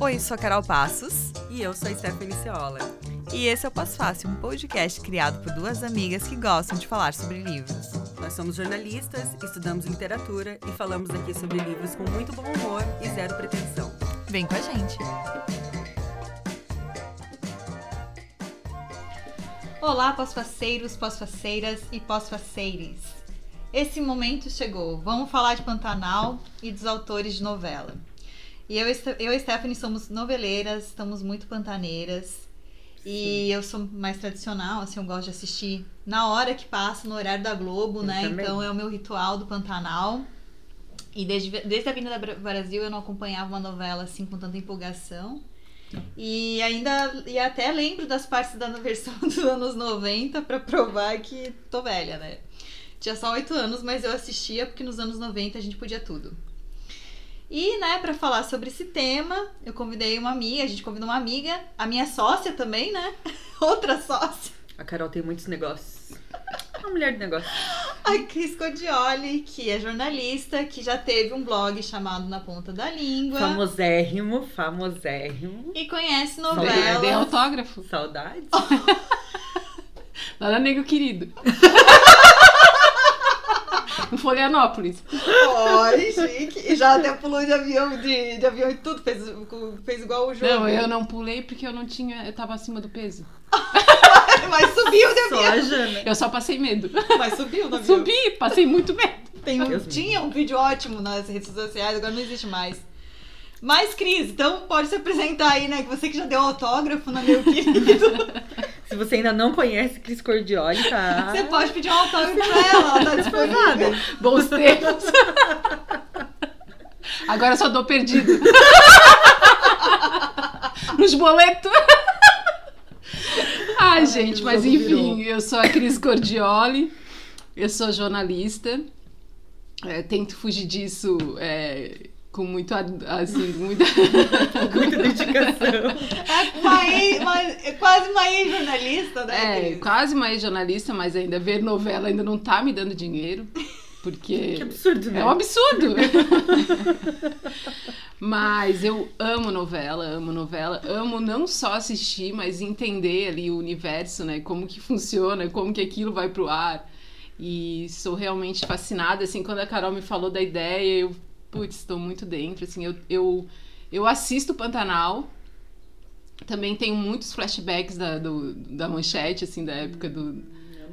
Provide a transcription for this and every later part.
Oi, sou a Carol Passos E eu sou a Stephanie Ceola. e esse é o Passo Fácil, um podcast criado por duas amigas que gostam de falar sobre livros. Nós somos jornalistas, estudamos literatura e falamos aqui sobre livros com muito bom humor e zero pretensão. Vem com a gente! Olá, pós-faceiros, pós-faceiras e pós-faceires. Esse momento chegou. Vamos falar de Pantanal e dos autores de novela. E eu, e Ste- eu e Stephanie somos noveleiras, estamos muito pantaneiras. E eu sou mais tradicional, assim, eu gosto de assistir na hora que passa, no horário da Globo, Eu né? também. Então é o meu ritual do Pantanal. E desde, desde a Avenida Bra- Brasil eu não acompanhava uma novela assim com tanta empolgação. E ainda e até lembro das partes da versão dos anos 90 pra provar que tô velha, né? Tinha só 8 anos, mas eu assistia porque nos anos 90 a gente podia tudo. E, né, pra falar sobre esse tema, eu convidei uma amiga, a gente convidou uma amiga, a minha sócia também, né? Outra sócia, A Carol tem muitos negócios. É uma mulher de negócio. a Cris Codioli, que é jornalista, que já teve um blog chamado Na Ponta da Língua. Famosérrimo, famosérrimo. E conhece Saudade. Dei novela. autógrafo. Saudade. Lá na Nego Querido. em Florianópolis. Oi, chique. E já até pulou de avião, de, de avião e tudo. Fez, fez igual o jogo. Não, eu não pulei porque eu não tinha. Eu tava acima do peso. Mas subiu de avião. Soja, né? Eu só passei medo. Mas subiu no avião. Subi, passei muito medo. Tem um- Deus me tinha um vídeo ótimo nas redes sociais, agora não existe mais. Mas, Cris, então pode se apresentar aí, né? Que você que já deu autógrafo na meu querido. Se você ainda não conhece Cris Cordioli, tá? Ah. Você pode pedir um autógrafo pra ela, ela tá disponível. Bons tempos. Agora eu só dou perdido. Nos boletos. Ai, gente, o mas jogo enfim, virou. eu sou a Cris Cordioli, eu sou jornalista, é, tento fugir disso é, com muito, ad- assim, muita... Muita dedicação. É uma ex- uma- é quase uma ex-jornalista, né, É, Cris? quase mais jornalista, mas ainda ver novela ainda não tá me dando dinheiro, porque... Que absurdo, né? É um absurdo! mas eu amo novela, amo novela, amo não só assistir, mas entender ali o universo, né? Como que funciona, como que aquilo vai pro ar. E sou realmente fascinada, assim, quando a Carol me falou da ideia, eu, putz, estou muito dentro, assim, eu, eu, eu assisto Pantanal, também tenho muitos flashbacks da, do- da manchete, assim, da época do,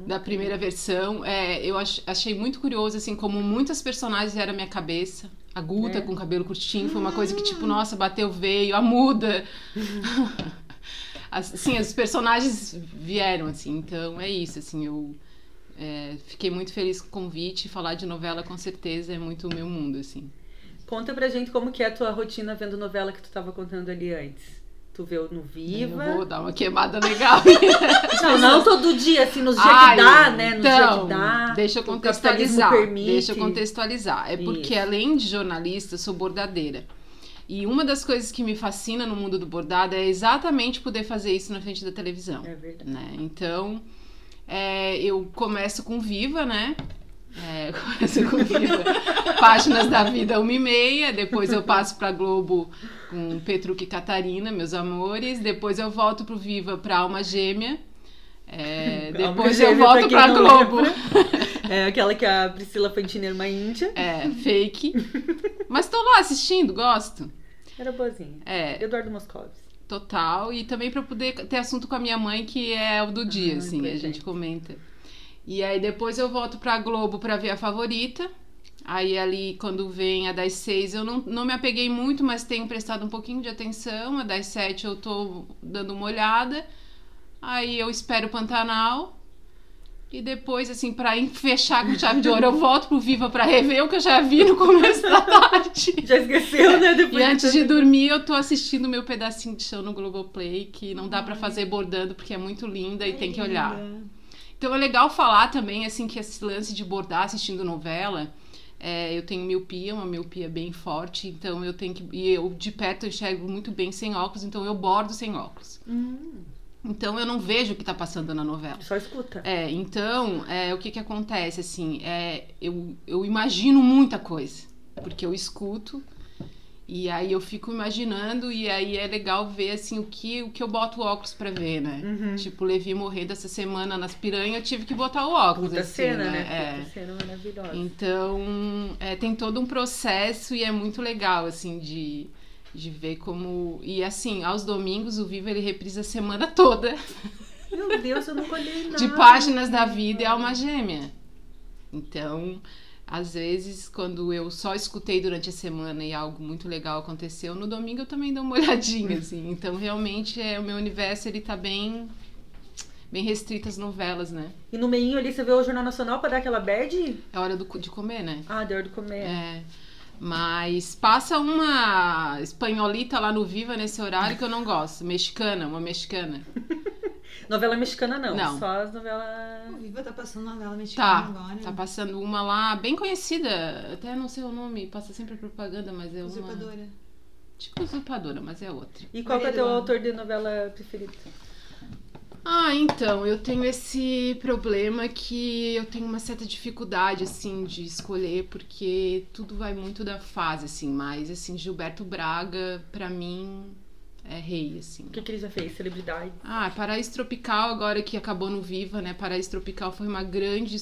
da primeira versão. É, eu ach- achei muito curioso, assim, como muitas personagens vieram à minha cabeça. A Guta É. com cabelo curtinho foi uma coisa que, tipo, nossa, bateu, veio, a muda. As- assim, os personagens vieram, assim, então é isso, assim, eu. é, fiquei muito feliz com o convite. Falar de novela, com certeza, é muito o meu mundo, assim. Conta pra gente como que é a tua rotina vendo novela que tu tava contando ali antes. Tu vê no Viva. Eu vou dar uma queimada legal. Não, não todo dia, assim, nos dias Ai, que dá, né? Nos dias Ah, então, que dá. Deixa eu o capitalismo contextualizar. permite. Deixa eu contextualizar. É porque, Isso. além de jornalista, eu sou bordadeira. E uma das coisas que me fascina no mundo do bordado é exatamente poder fazer isso na frente da televisão. É verdade. né? Então, é, eu começo com Viva, né? É, eu começo com Viva. Páginas da Vida, uma e meia. Depois eu passo pra Globo com Petruc e Catarina, meus amores. Depois eu volto pro Viva pra Alma Gêmea. É, Alma depois Gêmea, eu pra volto quem pra não Globo. É aquela que a Priscila Fantini era uma índia. É, fake. Mas tô lá assistindo, gosto. Era boazinha. É, Eduardo Moscovis. Total, e também pra poder ter assunto com a minha mãe, que é o do dia, Ah, assim, a importante. gente comenta. E aí depois eu volto pra Globo pra ver a favorita. Aí ali, quando vem a das seis, eu não, não me apeguei muito, mas tenho prestado um pouquinho de atenção. A das sete eu tô dando uma olhada. Aí eu espero o Pantanal. E depois, assim, pra en- fechar com chave de ouro, eu volto pro Viva pra rever o que eu já vi no começo da tarde. Já esqueceu, né? Depois E antes tanto- de dormir, eu tô assistindo meu pedacinho de chão no Globoplay, que não dá pra fazer bordando porque é muito linda e tem que olhar. Hum, Então é legal falar também, assim, que esse lance de bordar assistindo novela. é, eu tenho miopia, uma miopia bem forte, então eu tenho que. E eu de perto eu enxergo muito bem sem óculos, então eu bordo sem óculos. Hum, Então eu não vejo o que tá passando na novela. só escuta. É, então, é, o que que acontece, assim, é, eu, eu imagino muita coisa. porque eu escuto. E aí eu fico imaginando, e aí é legal ver assim o que, o que eu boto o óculos pra ver, né? Uhum. Tipo, Levi morrer dessa semana nas piranhas, eu tive que botar o óculos. Puta assim, cena, né? É. Puta cena maravilhosa. Então, é, tem todo um processo e é muito legal, assim, de, de ver como. E assim, aos domingos o Viva ele reprisa a semana toda Meu Deus, eu não olhei nada. de páginas da vida e alma gêmea. Então, às vezes, quando eu só escutei durante a semana e algo muito legal aconteceu, no domingo eu também dou uma olhadinha, assim. Então, realmente, é, o meu universo ele tá bem. Bem restrito às novelas, né? E no meinho ali você vê o Jornal Nacional pra dar aquela bad? É hora do, co- de comer, né? Ah, deu hora de comer. É. Mas passa uma espanholita lá no Viva nesse horário que eu não gosto. Mexicana, uma mexicana. Novela mexicana não, Não. só as novelas... Viva tá passando novela Tá, mexicana agora. Tá passando uma lá bem conhecida, até não sei o nome, passa sempre propaganda, mas é uma. Usurpadora. Tipo usurpadora, mas é outra. E qual que é Maria teu do Mar. autor de novela preferido? Ah, então, eu tenho esse problema que eu tenho uma certa dificuldade, assim, de escolher, porque tudo vai muito da fase, assim, mas, assim, Gilberto Braga, pra mim, é rei, assim. O que, que ele já fez? Celebridade? Ah, Paraíso Tropical agora que acabou no Viva, né? Paraíso Tropical foi uma grande,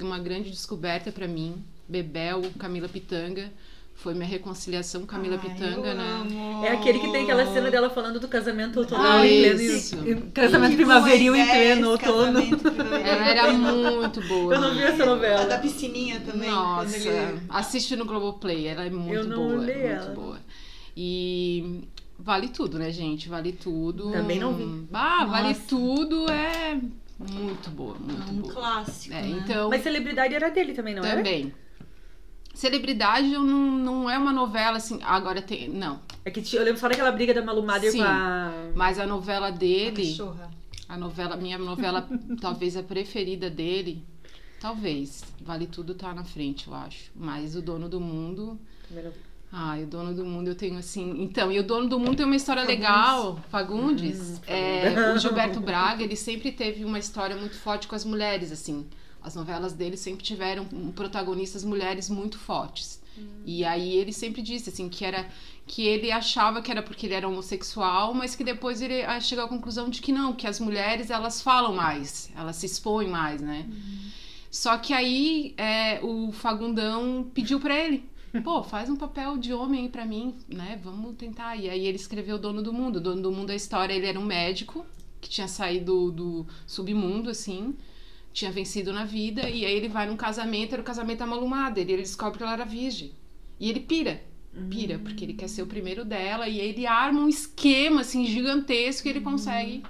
uma grande descoberta pra mim. Bebel, Camila Pitanga, foi minha reconciliação com Camila Ai, Pitanga, eu né? amo. É aquele que tem aquela cena dela falando do casamento outonal Oh. Ah, em pleno. isso. em- Casamento primaveril em pleno, outono. Ela era muito boa. Eu não né? vi essa A novela. da piscininha também. Nossa, quando ele- é assiste no Globoplay, ela é muito Eu não boa, olhei muito ela. boa. E vale tudo, né, gente? Vale tudo. Também não vi. Ah, vale Nossa. tudo é muito boa, É muito um boa. clássico, É, né? então Mas celebridade era dele também, não é? era? Também. Celebridade eu não, não é uma novela assim. Agora tem. Não. É que tinha- eu lembro só daquela briga da Malu Mader Sim. com a... Mas a novela A dele, cachorra. a novela, minha novela, talvez a preferida dele. Talvez. Vale tudo tá na frente, eu acho. Mas o dono do mundo. Também não vi. Ai, o dono do mundo eu tenho assim. Então, e o dono do mundo tem uma história legal. Fagundes. É, o Gilberto Braga, ele sempre teve uma história muito forte com as mulheres, assim. As novelas dele sempre tiveram um, protagonistas mulheres muito fortes. E aí ele sempre disse assim que era que ele achava que era porque ele era homossexual, mas que depois ele ah, chegou à conclusão de que não, que as mulheres elas falam mais, elas se expõem mais, né? Só que aí é, o Fagundão pediu pra ele, pô, faz um papel de homem aí pra mim, né? Vamos tentar. E aí ele escreveu o Dono do Mundo. O Dono do Mundo é a história, ele era um médico que tinha saído do submundo, assim, tinha vencido na vida, e aí ele vai num casamento, era o casamento da Malumada, ele, ele descobre que ela era virgem. E ele pira. Pira, porque ele quer ser o primeiro dela, e aí ele arma um esquema, assim, gigantesco, e ele consegue,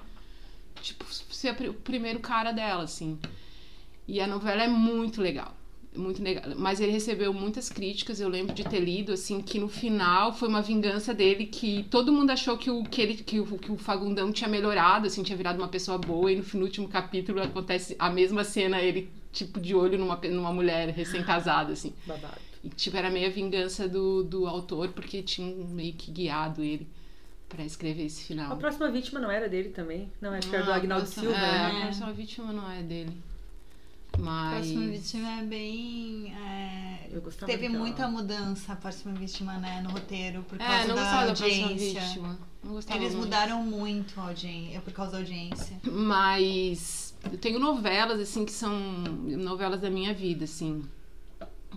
tipo, ser a pri- o primeiro cara dela, assim. E a novela é muito legal. Muito legal. Mas ele recebeu muitas críticas. Eu lembro de ter lido, assim, que no final foi uma vingança dele que todo mundo achou que o, que ele, que o, que o Fagundão tinha melhorado, assim, tinha virado uma pessoa boa. E no, fim- no último capítulo acontece a mesma cena, ele, tipo, de olho numa, pe- numa mulher recém-casada, assim. Babado. E tipo, era meio a vingança do, do autor, porque tinha um meio que guiado ele pra escrever esse A final. próxima vítima não era dele também? Não, acho que era do Ah, Agnaldo próxima- Silva, É, né? a próxima vítima não é dele. A Mas. próxima vítima é bem. é, Eu gostava Teve daquela. muita mudança a próxima vítima, né, no roteiro, por causa É, não da gostava da próxima audiência. vítima. Não gostava Eles muito. mudaram muito a audiência, por causa da audiência. Mas eu tenho novelas, assim, que são novelas da minha vida, assim.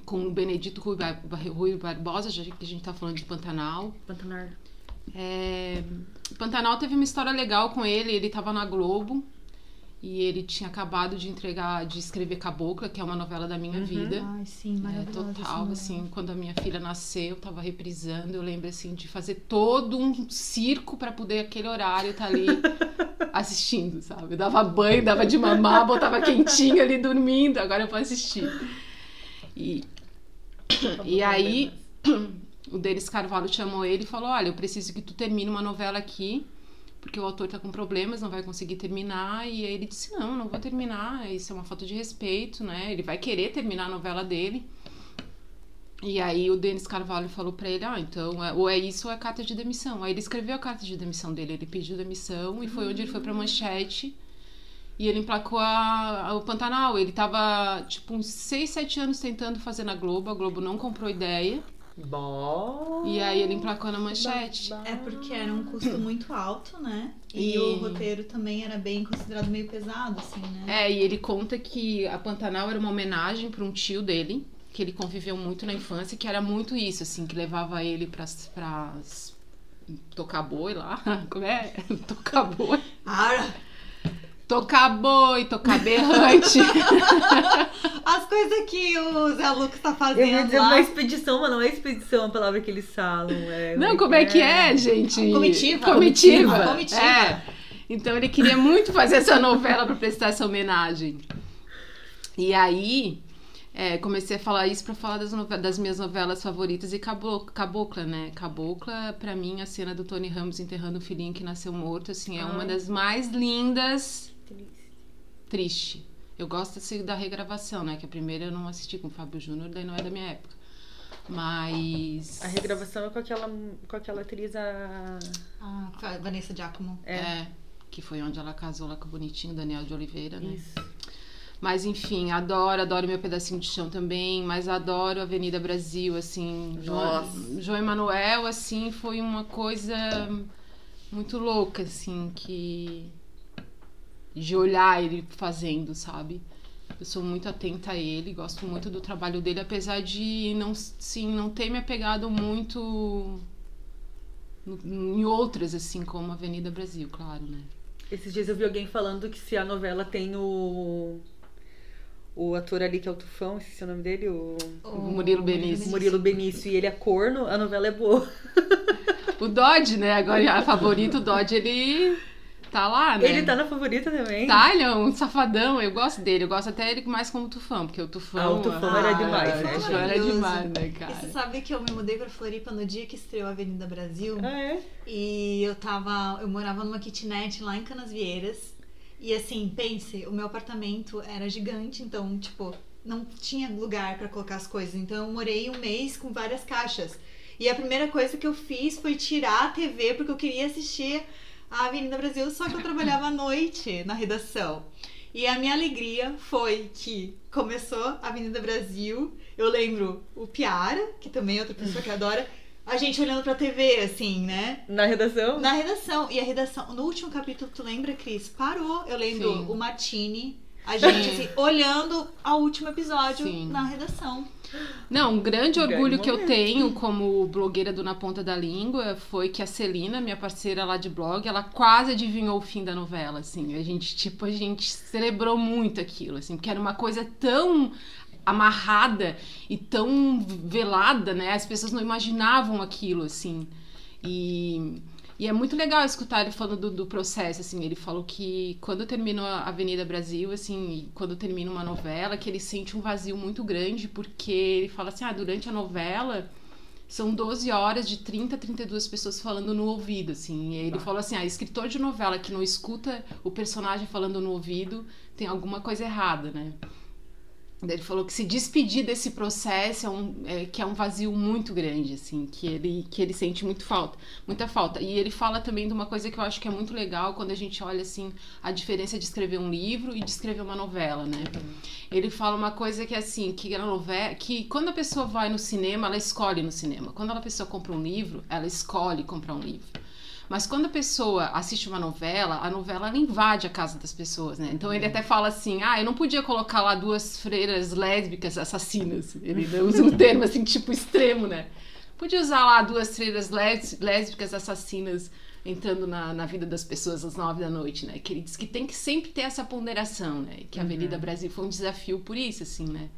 Com o Benedito Rui, Bar- Bar- Rui Barbosa, já que a gente tá falando de Pantanal. Pantanar. É, o Pantanal teve uma história legal com ele, ele tava na Globo. E ele tinha acabado de entregar, de escrever Cabocla, que é uma novela da minha Uhum. vida. Ai, sim, É, maravilhosa. total, assim, quando a minha filha nasceu, eu tava reprisando, eu lembro, assim, de fazer todo um circo pra poder aquele horário estar ali assistindo, sabe? Eu dava banho, dava de mamar, botava quentinha ali dormindo, agora eu vou assistir. E, e aí, o Denis Carvalho chamou ele e falou, olha, eu preciso que tu termine uma novela aqui, porque o autor tá com problemas, não vai conseguir terminar. E aí ele disse, não, não vou terminar, isso é uma falta de respeito, né? Ele vai querer terminar a novela dele. E aí o Denis Carvalho falou pra ele, ah, então, é- ou é isso ou é carta de demissão. Aí ele escreveu a carta de demissão dele, ele pediu demissão e foi onde ele foi pra Manchete. E ele emplacou a- a- o Pantanal. Ele tava, tipo, uns 6, 7 anos tentando fazer na Globo. A Globo não comprou ideia. Bom. E aí ele emplacou na manchete. É porque era um custo muito alto, né? E, E- o roteiro também era bem considerado meio pesado, assim, né? É, e ele conta que a Pantanal era uma homenagem para um tio dele, que ele conviveu muito na infância, que era muito isso, assim, que levava ele pras. pras... tocar boi lá. Como é? Tocar boi. Ara, Tocar boi, tocar berrante. as coisas que o Zé Lucas tá Eu ia fazendo dizer uma lá. expedição, mas não é expedição a palavra que eles falam. É, Não, como é que é, gente? Comitiva. Comitiva. Comitiva. É. Então ele queria muito fazer essa novela pra prestar essa homenagem. E aí é, comecei a falar isso pra falar das, nove- das minhas novelas favoritas e Cabo- Cabocla, né? Cabocla, pra mim, a cena do Tony Ramos enterrando o filhinho que nasceu morto, assim, é uma Ai. das mais lindas. Triste. Triste. Eu gosto assim, da regravação, né? Que a primeira eu não assisti com o Fábio Júnior, daí não é da minha época. Mas. A regravação é com aquela, com aquela atriz. A... Ah, com a Vanessa Giacomo. É. É, que foi onde ela casou lá com o bonitinho Daniel de Oliveira, né? Isso. Mas enfim, adoro, adoro meu pedacinho de chão também, mas adoro Avenida Brasil, assim. João, Nossa. João Emanuel, assim, foi uma coisa muito louca, assim, que. de olhar ele fazendo, sabe? Eu sou muito atenta a ele, gosto muito do trabalho dele, apesar de não, sim, não ter me apegado muito no- em outras, assim, como Avenida Brasil, claro, né? Esses dias eu vi alguém falando que se a novela tem o. O ator ali que é o Tufão, esqueci o nome dele, o O Murilo Benício. Murilo Benício, e ele é corno, a novela é boa. O Dodge, né? Agora a favorito, o Dodge, ele tá lá, né? Ele tá na favorita também. Tá, ele é um safadão, eu gosto dele, eu gosto até ele mais como Tufão, porque o Tufão. Ah, o Tufão era demais, ah, né, O Tufão era gente? demais, né, E você cara? sabe que eu me mudei pra Floripa no dia que estreou a Avenida Brasil? Ah, é? E eu tava. Eu morava numa kitnet lá em Canas Vieiras. E assim, pense, o meu apartamento era gigante, então, tipo, não tinha lugar pra colocar as coisas. Então eu morei um mês com várias caixas. E a primeira coisa que eu fiz foi tirar a TV, porque eu queria assistir a Avenida Brasil, só que eu trabalhava à noite na redação. E a minha alegria foi que começou a Avenida Brasil. Eu lembro o Piara, que também é outra pessoa que adora, a gente olhando pra TV, assim, né? Na redação? Na redação. E a redação, no último capítulo, tu lembra, Cris? Parou. Eu lembro Sim. o Martini, a gente assim, olhando ao último episódio Sim. na redação. Não, um grande Um orgulho grande que eu momento. tenho como blogueira do Na Ponta da Língua foi que a Celina, minha parceira lá de blog, ela quase adivinhou o fim da novela, assim. A gente, tipo, a gente celebrou muito aquilo, assim, porque era uma coisa tão amarrada e tão velada, né? As pessoas não imaginavam aquilo, assim. E, e é muito legal escutar ele falando do, do processo, assim. Ele falou que quando terminou a Avenida Brasil, assim, e quando termina uma novela, que ele sente um vazio muito grande, porque ele fala assim, ah, durante a novela... São 12 horas de 30 a 32 pessoas falando no ouvido, assim. E ele falou assim: ah, escritor de novela que não escuta o personagem falando no ouvido tem alguma coisa errada, né? Daí Ele falou que se despedir desse processo é um, é, que é um vazio muito grande, assim, que ele, que ele sente muito falta, muita falta. E ele fala também de uma coisa que eu acho que é muito legal quando a gente olha assim a diferença de escrever um livro e de escrever uma novela, né? Ele fala uma coisa que é assim, que a novela, que quando a pessoa vai no cinema, ela escolhe no cinema. Quando a pessoa compra um livro, ela escolhe comprar um livro. Mas quando a pessoa assiste uma novela, a novela ela invade a casa das pessoas, né? Então ele até fala assim: ah, eu não podia colocar lá duas freiras lésbicas assassinas. Ele né, usa um termo assim, tipo extremo, né? Podia usar lá duas freiras lés- lésbicas assassinas entrando na, na vida das pessoas às nove da noite, né? Que ele diz que tem que sempre ter essa ponderação, né? Que a Avenida Brasil foi um desafio por isso, assim, né?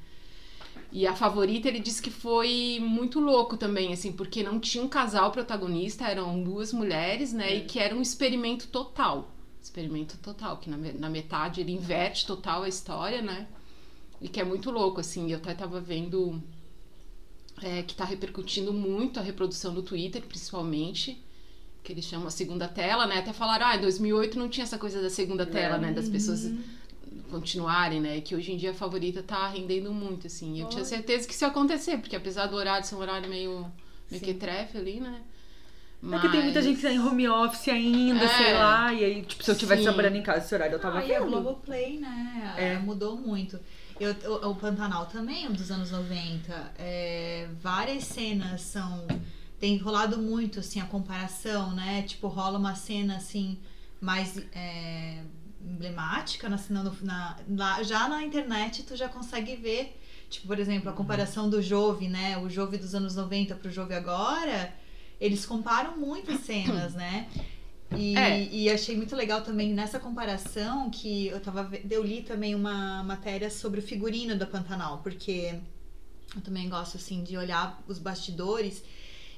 E a favorita, ele disse que foi muito louco também, assim, porque não tinha um casal protagonista, eram duas mulheres, né? E que era um experimento total. Experimento total, que na, me- na metade ele inverte total a história, né? E que é muito louco, assim. Eu até tava vendo é, que tá repercutindo muito a reprodução do Twitter, principalmente. Que eles chamam a segunda tela, né? Até falaram, ah, em 2008 não tinha essa coisa da segunda tela, né? Das pessoas continuarem, né? Que hoje em dia a favorita tá rendendo muito, assim. Eu tinha certeza que isso ia acontecer, porque apesar do horário ser um horário meio mequetrefe ali, né? É que tem muita gente que tá em home office ainda, É. sei lá. E aí, tipo, se eu estivesse Sim. é trabalhando em casa esse horário, eu tava Ah, e a vendo. Globoplay, né? É. Mudou muito. Eu, o, o Pantanal também é um dos anos 90. É, várias cenas são. Tem rolado muito, assim, a comparação, né? Tipo, rola uma cena, assim, mais é, emblemática, na, cena no- na, lá- já na internet tu já consegue ver. Tipo, por exemplo, a comparação do Jove, né? O Jove dos anos 90 pro Jove agora, eles comparam muito as cenas, né? E, É. e achei muito legal também nessa comparação que eu tava ve- eu li também uma matéria sobre o figurino da Pantanal, porque eu também gosto assim de olhar os bastidores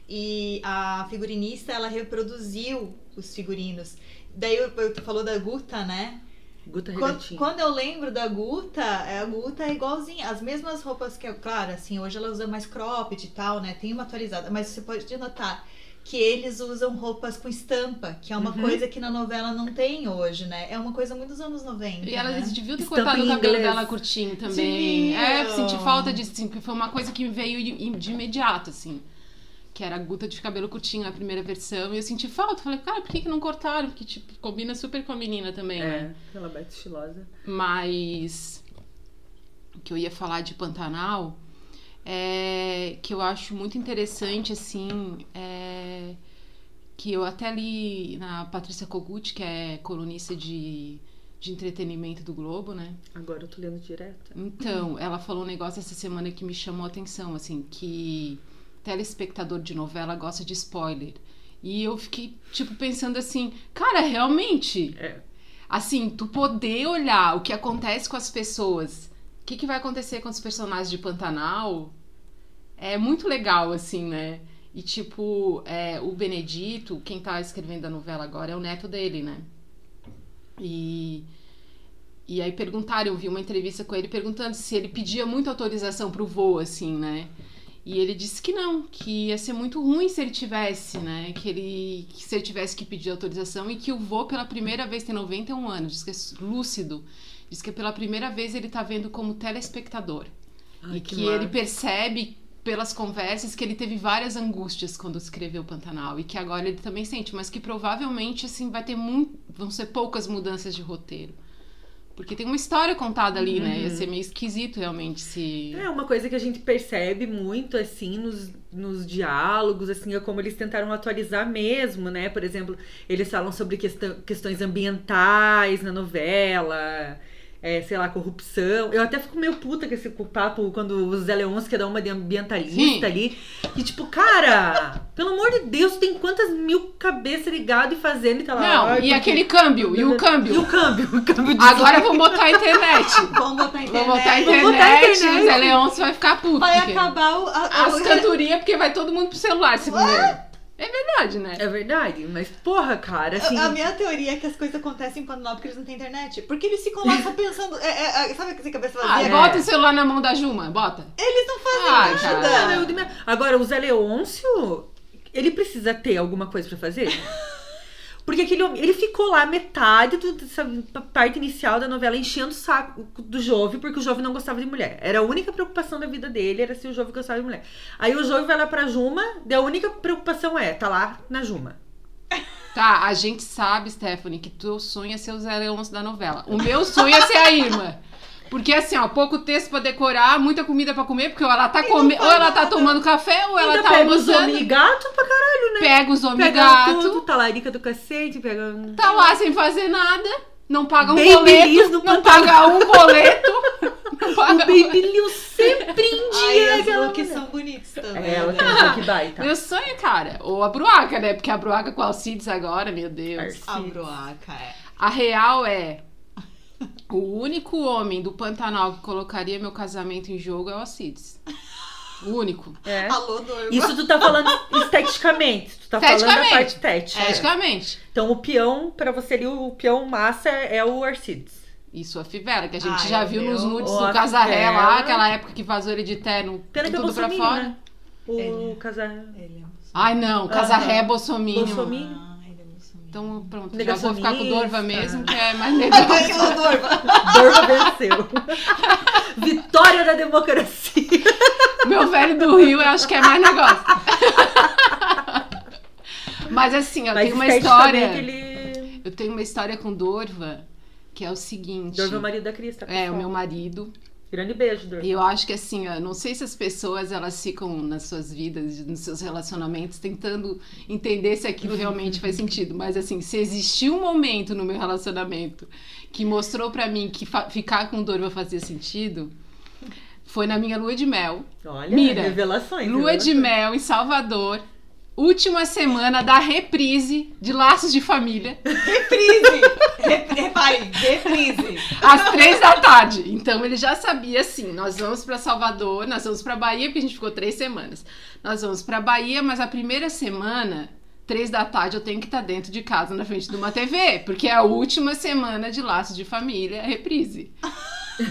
e a figurinista ela reproduziu os figurinos. Daí eu, eu tu falou da Guta, né? Guta Quando, Regatinho. quando eu lembro da Guta, é, a Guta é igualzinha. As mesmas roupas que eu. Claro, assim, hoje ela usa mais cropped e tal, né? Tem uma atualizada. Mas você pode notar que eles usam roupas com estampa, que é uma Uhum. coisa que na novela não tem hoje, né? É uma coisa muito dos anos 90. E ela né? deviam ter Estampa cortado o em cabelo inglês. dela curtinho também. Deviam. É, eu senti falta disso, assim, porque foi uma coisa que me veio de, de imediato, assim. Que era a Guta de cabelo curtinho na primeira versão. E eu senti falta. Falei, cara, por que, que não cortaram? Porque, tipo, combina super com a menina também, né? É, ela bate estilosa. Mas o que eu ia falar de Pantanal é que eu acho muito interessante, assim, é, que eu até li na Patrícia Kogut, que é colunista de, de entretenimento do Globo, né? Agora eu tô lendo direto. Então, ela falou um negócio essa semana que me chamou a atenção, assim, que telespectador de novela gosta de spoiler. E eu fiquei, tipo, pensando assim, cara, realmente? É. Assim, tu poder olhar o que acontece com as pessoas, o que, que vai acontecer com os personagens de Pantanal, é muito legal, assim, né? E, tipo, é, o Benedito, quem tá escrevendo a novela agora é o neto dele, né? E, e aí perguntaram, eu vi uma entrevista com ele perguntando se ele pedia muita autorização pro voo, assim, né? E ele disse que não, que ia ser muito ruim se ele tivesse, né? Que ele que se ele tivesse que pedir autorização e que o voo pela primeira vez tem 91 anos, diz que é lúcido. Diz que pela primeira vez ele tá vendo como telespectador Ai, e que, mar- ele percebe pelas conversas que ele teve várias angústias quando escreveu Pantanal e que agora ele também sente, mas que provavelmente assim vai ter muito, vão ser poucas mudanças de roteiro. Porque tem uma história contada ali, né? Uhum. Ia ser meio esquisito realmente se É uma coisa que a gente percebe muito, assim, nos, nos diálogos, assim, é como eles tentaram atualizar mesmo, né? Por exemplo, eles falam sobre questão- questões ambientais na novela, é, sei lá, corrupção. Eu até fico meio puta com esse papo quando o Zé Leôncio quer dar uma de Sim. ambientalista ali. E tipo, cara, pelo amor de Deus, tem quantas mil cabeças ligadas e fazendo e tá lá. Não, "Ai, e porque- aquele câmbio, e o E câmbio. o câmbio, o câmbio de Agora vamos botar a internet. Vamos botar a internet. Vamos botar a Vamos botar a internet, internet. o Zé Leôncio vai ficar puto. Vai porque- acabar o, a, As o- cantorias, porque vai todo mundo pro celular, segundo ele. É verdade, né? É verdade, mas porra, cara, assim. A minha teoria é que as coisas acontecem em Pantanal porque eles não têm internet. Porque eles ficam lá só pensando. é, é, é, sabe o que essa cabeça Ah, vazia? bota o celular na mão da Juma, bota. Ah, Eles não fazem Ai, nada. cara. Cara, eu de- Agora, o Zé Leôncio, ele precisa ter alguma coisa pra fazer? Porque aquele homem, ele ficou lá metade do- dessa parte inicial da novela enchendo o saco do Jove, porque o Jove não gostava de mulher. Era a única preocupação da vida dele, era se o Jove gostava de mulher. Aí o Jove vai lá pra Juma, e a única preocupação é, tá lá na Juma. Tá, a gente sabe, Stephanie, que teu sonho é ser o Zé Leôncio da novela. O meu sonho é ser a Irma. Porque assim, ó, pouco texto pra decorar, muita comida pra comer, porque ou ela tá comendo, ou ela tá tomando café, ou ela Ainda tá pega os almoçando, homens gato pra caralho. pega os homens Pega gato, tudo, talarica do cacete, pega... um tá lá sem fazer nada, não paga um Babyliss boleto, no não Pantanal. paga um boleto, não O paga Baby Liu sempre em dia, Ai, é as aquela looks mulher. são bonitos também. É, ela né? tem um look baita. Meu sonho, cara. Ou a Bruaca, né? Porque a Bruaca com Alcides agora, meu Deus. Arce. A broaca, é. A real é. O único homem do Pantanal que colocaria meu casamento em jogo é o Alcides. O único. É. Alô, Dorma. Isso tu tá falando esteticamente. Tu tá falando a Esteticamente. parte tética. É. Eticamente. Então o peão, pra você ali, o peão massa é o Arcides. Isso a Fivela, que a gente Ai, já viu meu. nos nudes Ó, a do Casaré lá, Fivela. aquela época que vazou ele de terno Pena com que é tudo pra bolsominion, fora. né? O casal. Ele é um... Ai, não, Casaré é bolsominion. Bolsomi- Mim? Ah, ele é muito Então, pronto, já vou ficar com o Negacionista. Dorva mesmo, que é mais legal. Alô, Dorma. Dorma venceu. Vitória da democracia. Meu velho do Rio, eu acho que é mais negócio. Mas assim, ó, tem uma esteticamente, história. Ele... Eu tenho uma história com Dorva, que é o seguinte. Dorma é o marido da Cris, tá, É, o pessoal? meu marido. Grande beijo, Dor. E Eu acho que assim, ó, não sei se as pessoas elas ficam nas suas vidas, nos seus relacionamentos, tentando entender se aquilo realmente faz sentido. Mas assim, se existiu um momento no meu relacionamento que mostrou pra mim que fa- ficar com dor vai fazer sentido, foi na minha lua de mel. Olha, Mira, revelações. Lua de revelações. mel em Salvador. Última semana da reprise de Laços de Família, Reprise! Repare, reprise! às três da tarde. Então ele já sabia assim: nós vamos pra Salvador, nós vamos pra Bahia, porque a gente ficou três semanas. Nós vamos pra Bahia, mas a primeira semana, três da tarde, eu tenho que estar dentro de casa na frente de uma TV, porque é a última semana de Laços de Família, reprise.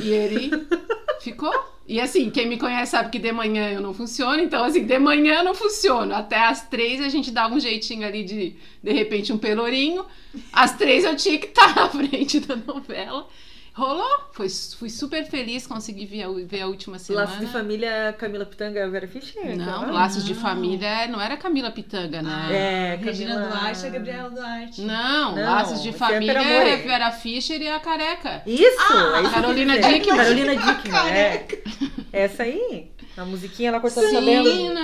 E ele ficou. E assim, quem me conhece sabe que de manhã eu não funciono, então assim, de manhã eu não funciono. Até às três a gente dava um jeitinho ali de, de repente, um pelourinho. Às três eu tinha que estar na frente da novela. Rolou, Foi, fui super feliz, consegui ver a, ver a última semana. Laços de família, Camila Pitanga, Vera Fischer. Não, É, claro. Laços de Não. Família não era Camila Pitanga, né? É, Regina Camila- Duarte e a Gabriela Duarte. Não, Não, Laços de isso é Família Pera é Moreira. Vera Fischer e a Careca. Isso! Ah, é isso que eu Carolina quis dizer. Dickman. Carolina Dickman, é. Essa aí. A musiquinha, ela cortando o Sim, cabelo. né?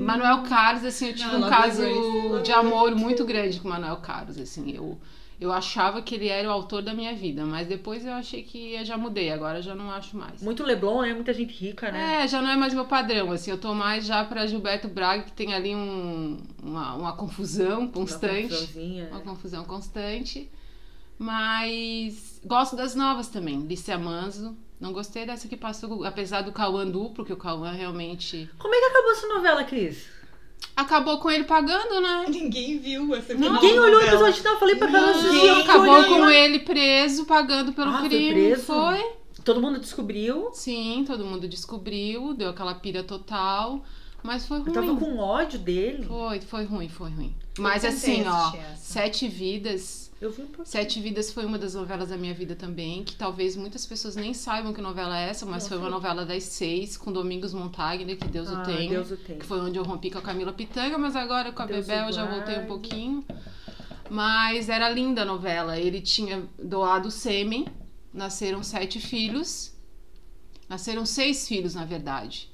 Manuel Carlos, assim, eu tive Não, um Love caso Grace. de amor muito grande com o Manuel Carlos, assim, eu, eu achava que ele era o autor da minha vida, mas depois eu achei que eu já mudei, agora eu já não acho mais. Muito Leblon, né? Muita gente rica, né? É, já não é mais meu padrão, assim, eu tô mais já pra Gilberto Braga, que tem ali um, uma, uma confusão Uma constante, confusãozinha. uma confusão constante, mas gosto das novas também, Lícia Manzo, não gostei dessa que passou, apesar do Cauã duplo, que o Cauã realmente Como é que acabou essa novela, Cris? acabou com ele pagando, né? Ninguém viu essa Ninguém olhou o episódio, não. Eu falei pra Carol esses dias, Não, eu tô acabou olhando. com ele preso, pagando pelo né? Ah, foi crime. preso? Foi? Todo mundo descobriu. Sim, todo mundo descobriu, deu aquela pira total, mas foi ruim. Eu tava com ódio dele. Foi, foi ruim, foi ruim. Mas tentei assim, ó, assistir essa. Sete Vidas. Eu vi um pouquinho. Sete Vidas foi uma das novelas da minha vida também, que talvez muitas pessoas nem saibam que novela é essa, mas Nossa. foi uma novela das seis, com Domingos Montagner, que Deus Ah, o tenha. Deus o tenha. que foi onde eu rompi com a Camila Pitanga, mas agora com a Deus Bebel o eu já voltei guarde. um pouquinho. Mas era linda a novela. Ele tinha doado sêmen, nasceram sete filhos. Nasceram seis filhos, na verdade.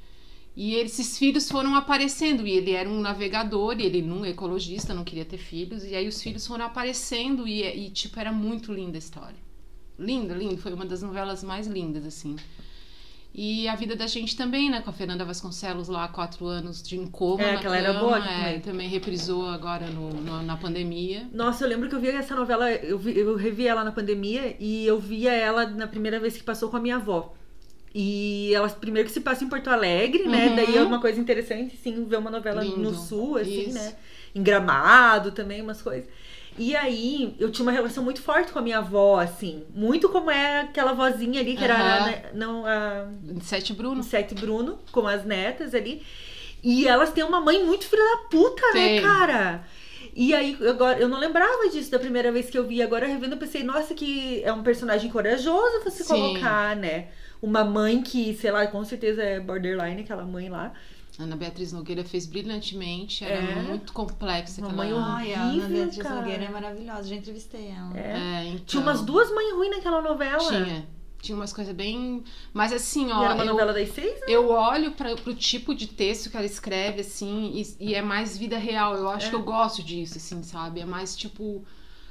E esses filhos foram aparecendo. E ele era um navegador, e ele não ecologista, não queria ter filhos. E aí os filhos foram aparecendo e, e, tipo, era muito linda a história. Linda, linda. Foi uma das novelas mais lindas, assim. E a vida da gente também, né? Com a Fernanda Vasconcelos lá há quatro anos de um incômodo. É, que ela era boa também. é, e também reprisou agora no- no- na pandemia. Nossa, eu lembro que eu vi essa novela, eu, vi- eu revi ela na pandemia e eu via ela na primeira vez que passou com a minha avó. E ela primeiro que se passa em Porto Alegre, né? Uhum. Daí é uma coisa interessante, sim, ver uma novela no Lindo. sul, assim, Isso. né? Em Gramado também, umas coisas. E aí, eu tinha uma relação muito forte com a minha avó, assim. Muito como é aquela vozinha ali, que era Aham. né, não, a Sete Bruno. Sete Bruno, com as netas ali. E elas têm uma mãe muito filha da puta, né, Tem. cara? E aí, agora, eu não lembrava disso da primeira vez que eu vi. Agora, revendo, eu pensei, nossa, que é um personagem corajoso você Sim. colocar, né? Uma mãe que, sei lá, com certeza é borderline, aquela mãe lá. Ana Beatriz Nogueira fez brilhantemente. Era É. muito complexa. aquela- Mamãe horrível. Ai, a Ana Beatriz cara. Nogueira é maravilhosa, já entrevistei ela. É. É, então... Tinha umas duas mães ruins naquela novela. Tinha. Tinha umas coisas bem. Mas assim, ó. E era uma eu, novela das seis? né? eu olho pra, pro tipo de texto que ela escreve, assim, e, e é mais vida real. Eu acho É. que eu gosto disso, assim, sabe? É mais tipo.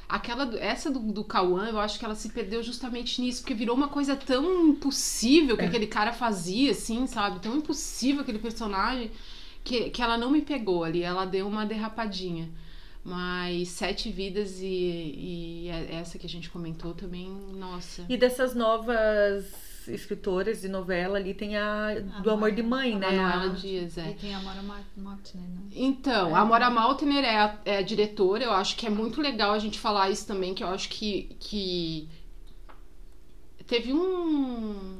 Aquela, do- essa do, do Cauã, eu acho que ela se perdeu justamente nisso, porque virou uma coisa tão impossível É. que aquele cara fazia, assim, sabe? Tão impossível aquele personagem, que, que ela não me pegou ali, ela deu uma derrapadinha. Mas Sete Vidas e, e essa que a gente comentou também, nossa. E dessas novas escritoras de novela ali, tem a, Ah, do Amor de Mãe, né? Manuela Dias, é. E tem a Mora Martner, né? Então, a Mora Maltner é a, é a diretora, eu acho que é muito legal a gente falar isso também, que eu acho que, que teve um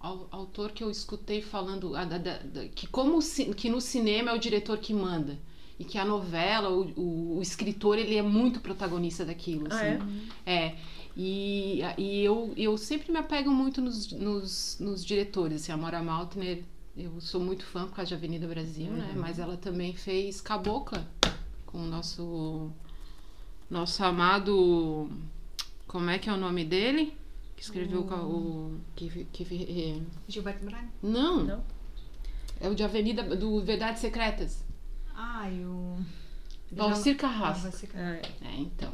au- autor que eu escutei falando ah, da- da- da- que como o ci- que no cinema é o diretor que manda e que a novela, o, o- o escritor, ele é muito protagonista daquilo, Ah, assim. é? É. E, e eu, eu sempre me apego muito nos, nos, nos diretores. Assim, a Mora Maltner, eu sou muito fã por causa de Avenida Brasil, né? Mas ela também fez Cabocla com o nosso, nosso amado. Como é que é o nome dele? Que escreveu o ca- o. Que, que, eh, Gilberto Braga? não. Não? É o de Avenida do Verdades Secretas. Ai, o. Valcir Ah, Carrasco. Valcir Carrasco. Ah, É, então.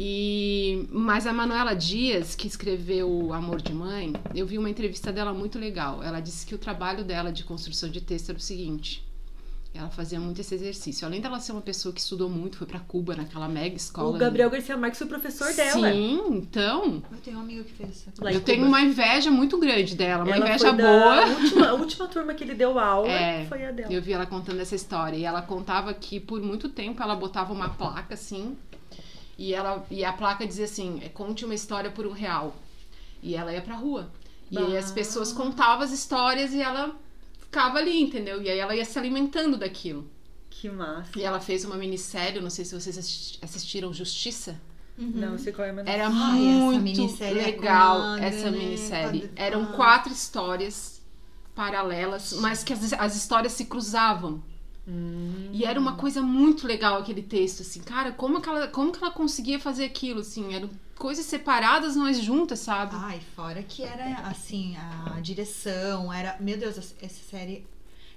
E mas a Manuela Dias, que escreveu Amor de Mãe, eu vi uma entrevista dela muito legal. Ela disse que o trabalho dela de construção de texto era o seguinte: ela fazia muito esse exercício. Além dela ser uma pessoa que estudou muito, foi pra Cuba naquela mega escola. O Gabriel Garcia Marques foi o professor dela. Sim, então Eu tenho um amigo que fez isso. Lá em eu tenho Cuba. uma inveja muito grande dela, uma Ela inveja foi da boa. Última, a última turma que ele deu aula É, foi a dela. Eu vi ela contando essa história e ela contava que por muito tempo ela botava uma placa assim e ela e a placa dizia assim é, conte uma história por um real e ela ia pra rua e aí as Bah. Ah. pessoas contavam as histórias e ela ficava ali entendeu e aí ela ia se alimentando daquilo Que massa. e ela fez uma minissérie não sei se vocês assisti- assistiram Justiça Uhum. Uhum. Não, não sei qual é, mas... Ai, era essa muito minissérie é legal comanda, essa né? minissérie Quadri- eram Ah. quatro histórias paralelas mas que as, as histórias se cruzavam Hum. e era uma coisa muito legal aquele texto, assim, cara, como que ela, como que ela conseguia fazer aquilo, assim, eram coisas separadas, mas juntas, sabe? Ai, fora que era assim, a direção, era. Meu Deus, essa essa série.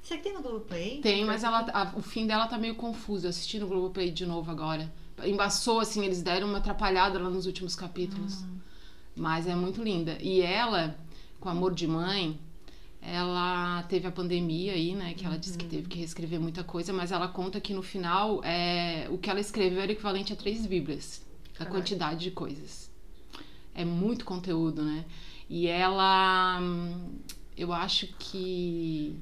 Será que tem no Globoplay? Tem, mas ela, a- o fim dela tá meio confuso, eu assisti no Globoplay de novo agora. Embaçou, assim, eles deram uma atrapalhada lá nos últimos capítulos. Mas é muito linda. E ela, com Amor de Mãe, ela teve a pandemia aí, né? Que ela disse que teve que reescrever muita coisa, mas ela conta que no final é, o que ela escreveu era equivalente a três Bíblias. A Caraca. quantidade de coisas. É muito conteúdo, né? E ela. hum, Eu acho que.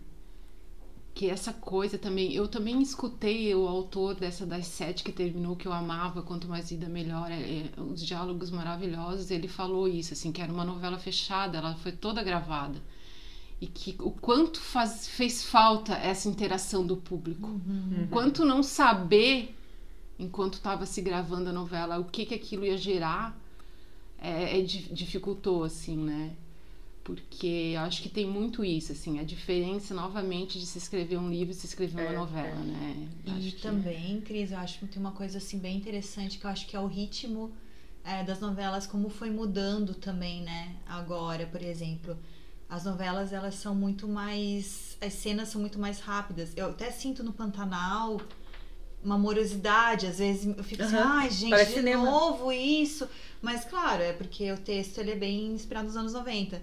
Que essa coisa também. Eu também escutei o autor dessa das sete que terminou, que eu amava, Quanto Mais Vida Melhor, é, é, os diálogos maravilhosos. Ele falou isso, assim, que era uma novela fechada, ela foi toda gravada. E que o quanto faz- fez falta essa interação do público. Uhum. Quanto não saber, enquanto estava se gravando a novela, o que, que aquilo ia gerar, é, é di- dificultou, assim, né? Porque eu acho que tem muito isso, assim, a diferença, novamente, de se escrever um livro e se escrever uma É, novela, né? E Acho que- também, Cris, eu acho que tem uma coisa assim bem interessante que eu acho que é o ritmo eh, das novelas, como foi mudando também, né? Agora, por exemplo, as novelas elas são muito mais, as cenas são muito mais rápidas. Eu até sinto no Pantanal uma morosidade, às vezes eu fico assim, Aham, ai gente, parece de cinema." novo isso. Mas claro, é porque o texto ele é bem inspirado nos anos 90.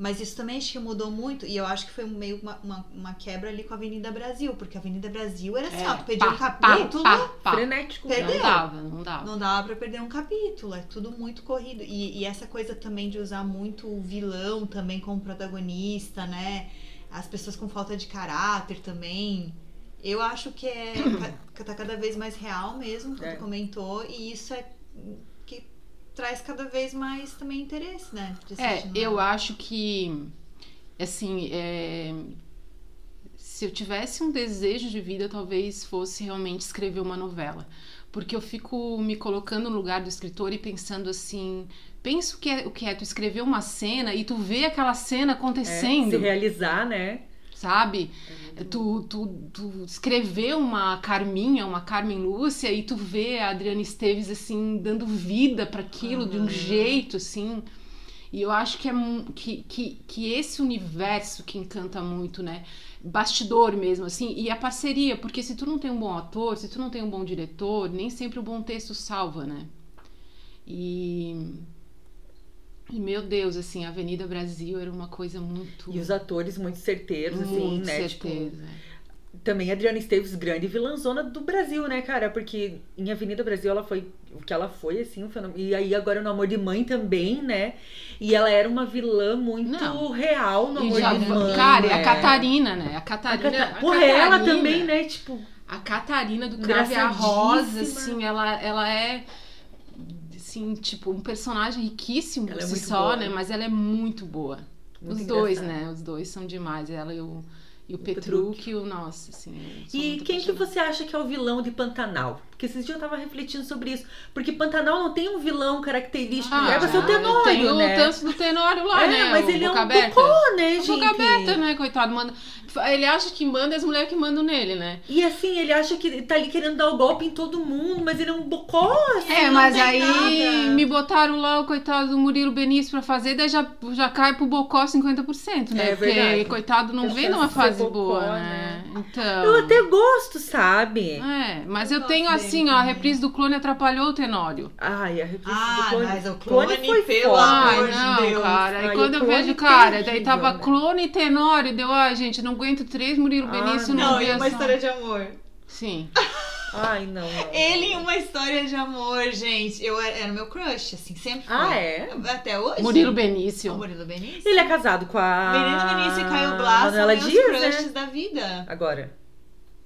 Mas isso também acho que mudou muito, e eu acho que foi meio uma, uma, uma quebra ali com a Avenida Brasil, porque a Avenida Brasil era assim, É, ó, tu pedia um pá, pá, capítulo, pá, pá. Tá Frenético. né? Perdeu. Não dava, não dava. não dava pra perder um capítulo, é tudo muito corrido. E, e essa coisa também de usar muito o vilão também como protagonista, né? As pessoas com falta de caráter também. Eu acho que é, ca- tá cada vez mais real mesmo, como É. tu comentou, e isso é que traz cada vez mais também interesse, né? de É, assistir eu novela. acho que, assim, é, se eu tivesse um desejo de vida, talvez fosse realmente escrever uma novela. Porque eu fico me colocando no lugar do escritor e pensando assim, pensa o que é, o que é tu escrever uma cena e tu vê aquela cena É, acontecendo, Se realizar, né? sabe? Tu, tu, tu escrever uma Carminha, uma Carmen Lúcia e tu vê a Adriana Esteves assim dando vida para aquilo de um Uhum. jeito assim. E eu acho que é mu- que, que, que esse universo que encanta muito, né? Bastidor mesmo, assim, e a parceria, porque se tu não tem um bom ator, se tu não tem um bom diretor, nem sempre o bom texto salva, né? E. E meu Deus, assim, a Avenida Brasil era uma coisa muito. E os atores muito certeiros, assim, Muito né? Tipo, certeza. também a Adriana Esteves, grande vilãzona do Brasil, né, cara? Porque em Avenida Brasil ela foi o que ela foi, assim, um fenômeno. E aí agora no Amor de Mãe também, né? E ela era uma vilã muito Não. real no E Amor já- de Mãe. cara, e né? a Catarina, né? A A Catarina. Cata- a Porra, ela Catarina- também, né? Tipo, A Catarina do Crave a Rosa, assim, ela, ela é. Assim, tipo, um personagem riquíssimo Ela por é si muito só, boa. né? Mas ela é muito boa. muito Os dois, engraçada. né? Os dois são demais. Ela e o, E o Petrúquio, nossa, assim. eu sou E muito quem que apaixonada. você acha que é o vilão de Pantanal? Porque esses dias eu tava refletindo sobre isso. Porque Pantanal não tem um vilão característico. Ah, é você o Tenório, tem o né? tanto do Tenório lá, é, né? mas o ele é um boca aberta. bocó, né, É gente? boca aberta, né, coitado? Manda... Ele acha que manda e as mulheres que mandam nele, né? E assim, ele acha que tá ali querendo dar o golpe em todo mundo, mas ele é um bocó. assim, É, não mas tem aí- nada. E me botaram lá o coitado do Murilo Benício pra fazer, daí já, já cai pro Bocó 50%, né? É Porque verdade. coitado não Tem vem chance numa de ser fase Bocó, boa, né? né? Então. Eu até gosto, sabe? É, mas eu, Eu tenho gosto assim, dele ó, a também. reprise do clone atrapalhou o Tenório. Ai, a reprise Ah, do clone. mas o clone, foi pelo foda. amor Ai, de não, Deus. cara. E Ai, quando o eu clone vejo, cara, daí terrível, tava né? clone e Tenório, deu, ai, gente, não aguento três Murilo Ah, Benício, não, Não, vê e uma essa- história de amor. Sim. Ai, não. não. Ele em uma história de amor, gente. Eu era, era meu crush, assim, sempre. foi. Ah, é? Até hoje. Murilo O Benício. Murilo Benício. Ele é casado com a. Benito Benício e Caio Blas são Manuela meus crushes Dias, né? da vida. Agora.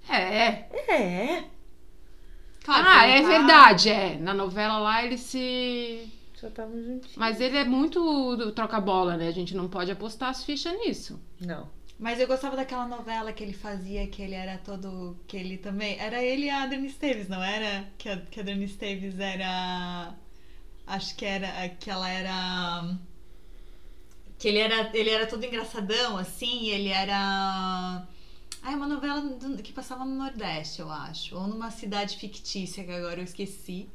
É. É. Claro, Ah, é ele tá- verdade, é. Na novela lá ele se. Já estavam juntinhos. Mas ele é muito do troca-bola, né? A gente não pode apostar as fichas nisso. Não. Mas eu gostava daquela novela que ele fazia, que ele era todo. que ele também. Era ele e a Adriana Esteves, não era? Que a, que a Adriana Esteves era. Acho que era. Que ela era. Que ele era, ele era todo engraçadão, assim, e ele era. Ah, é uma novela do- que passava no Nordeste, eu acho. Ou numa cidade fictícia, que agora eu esqueci.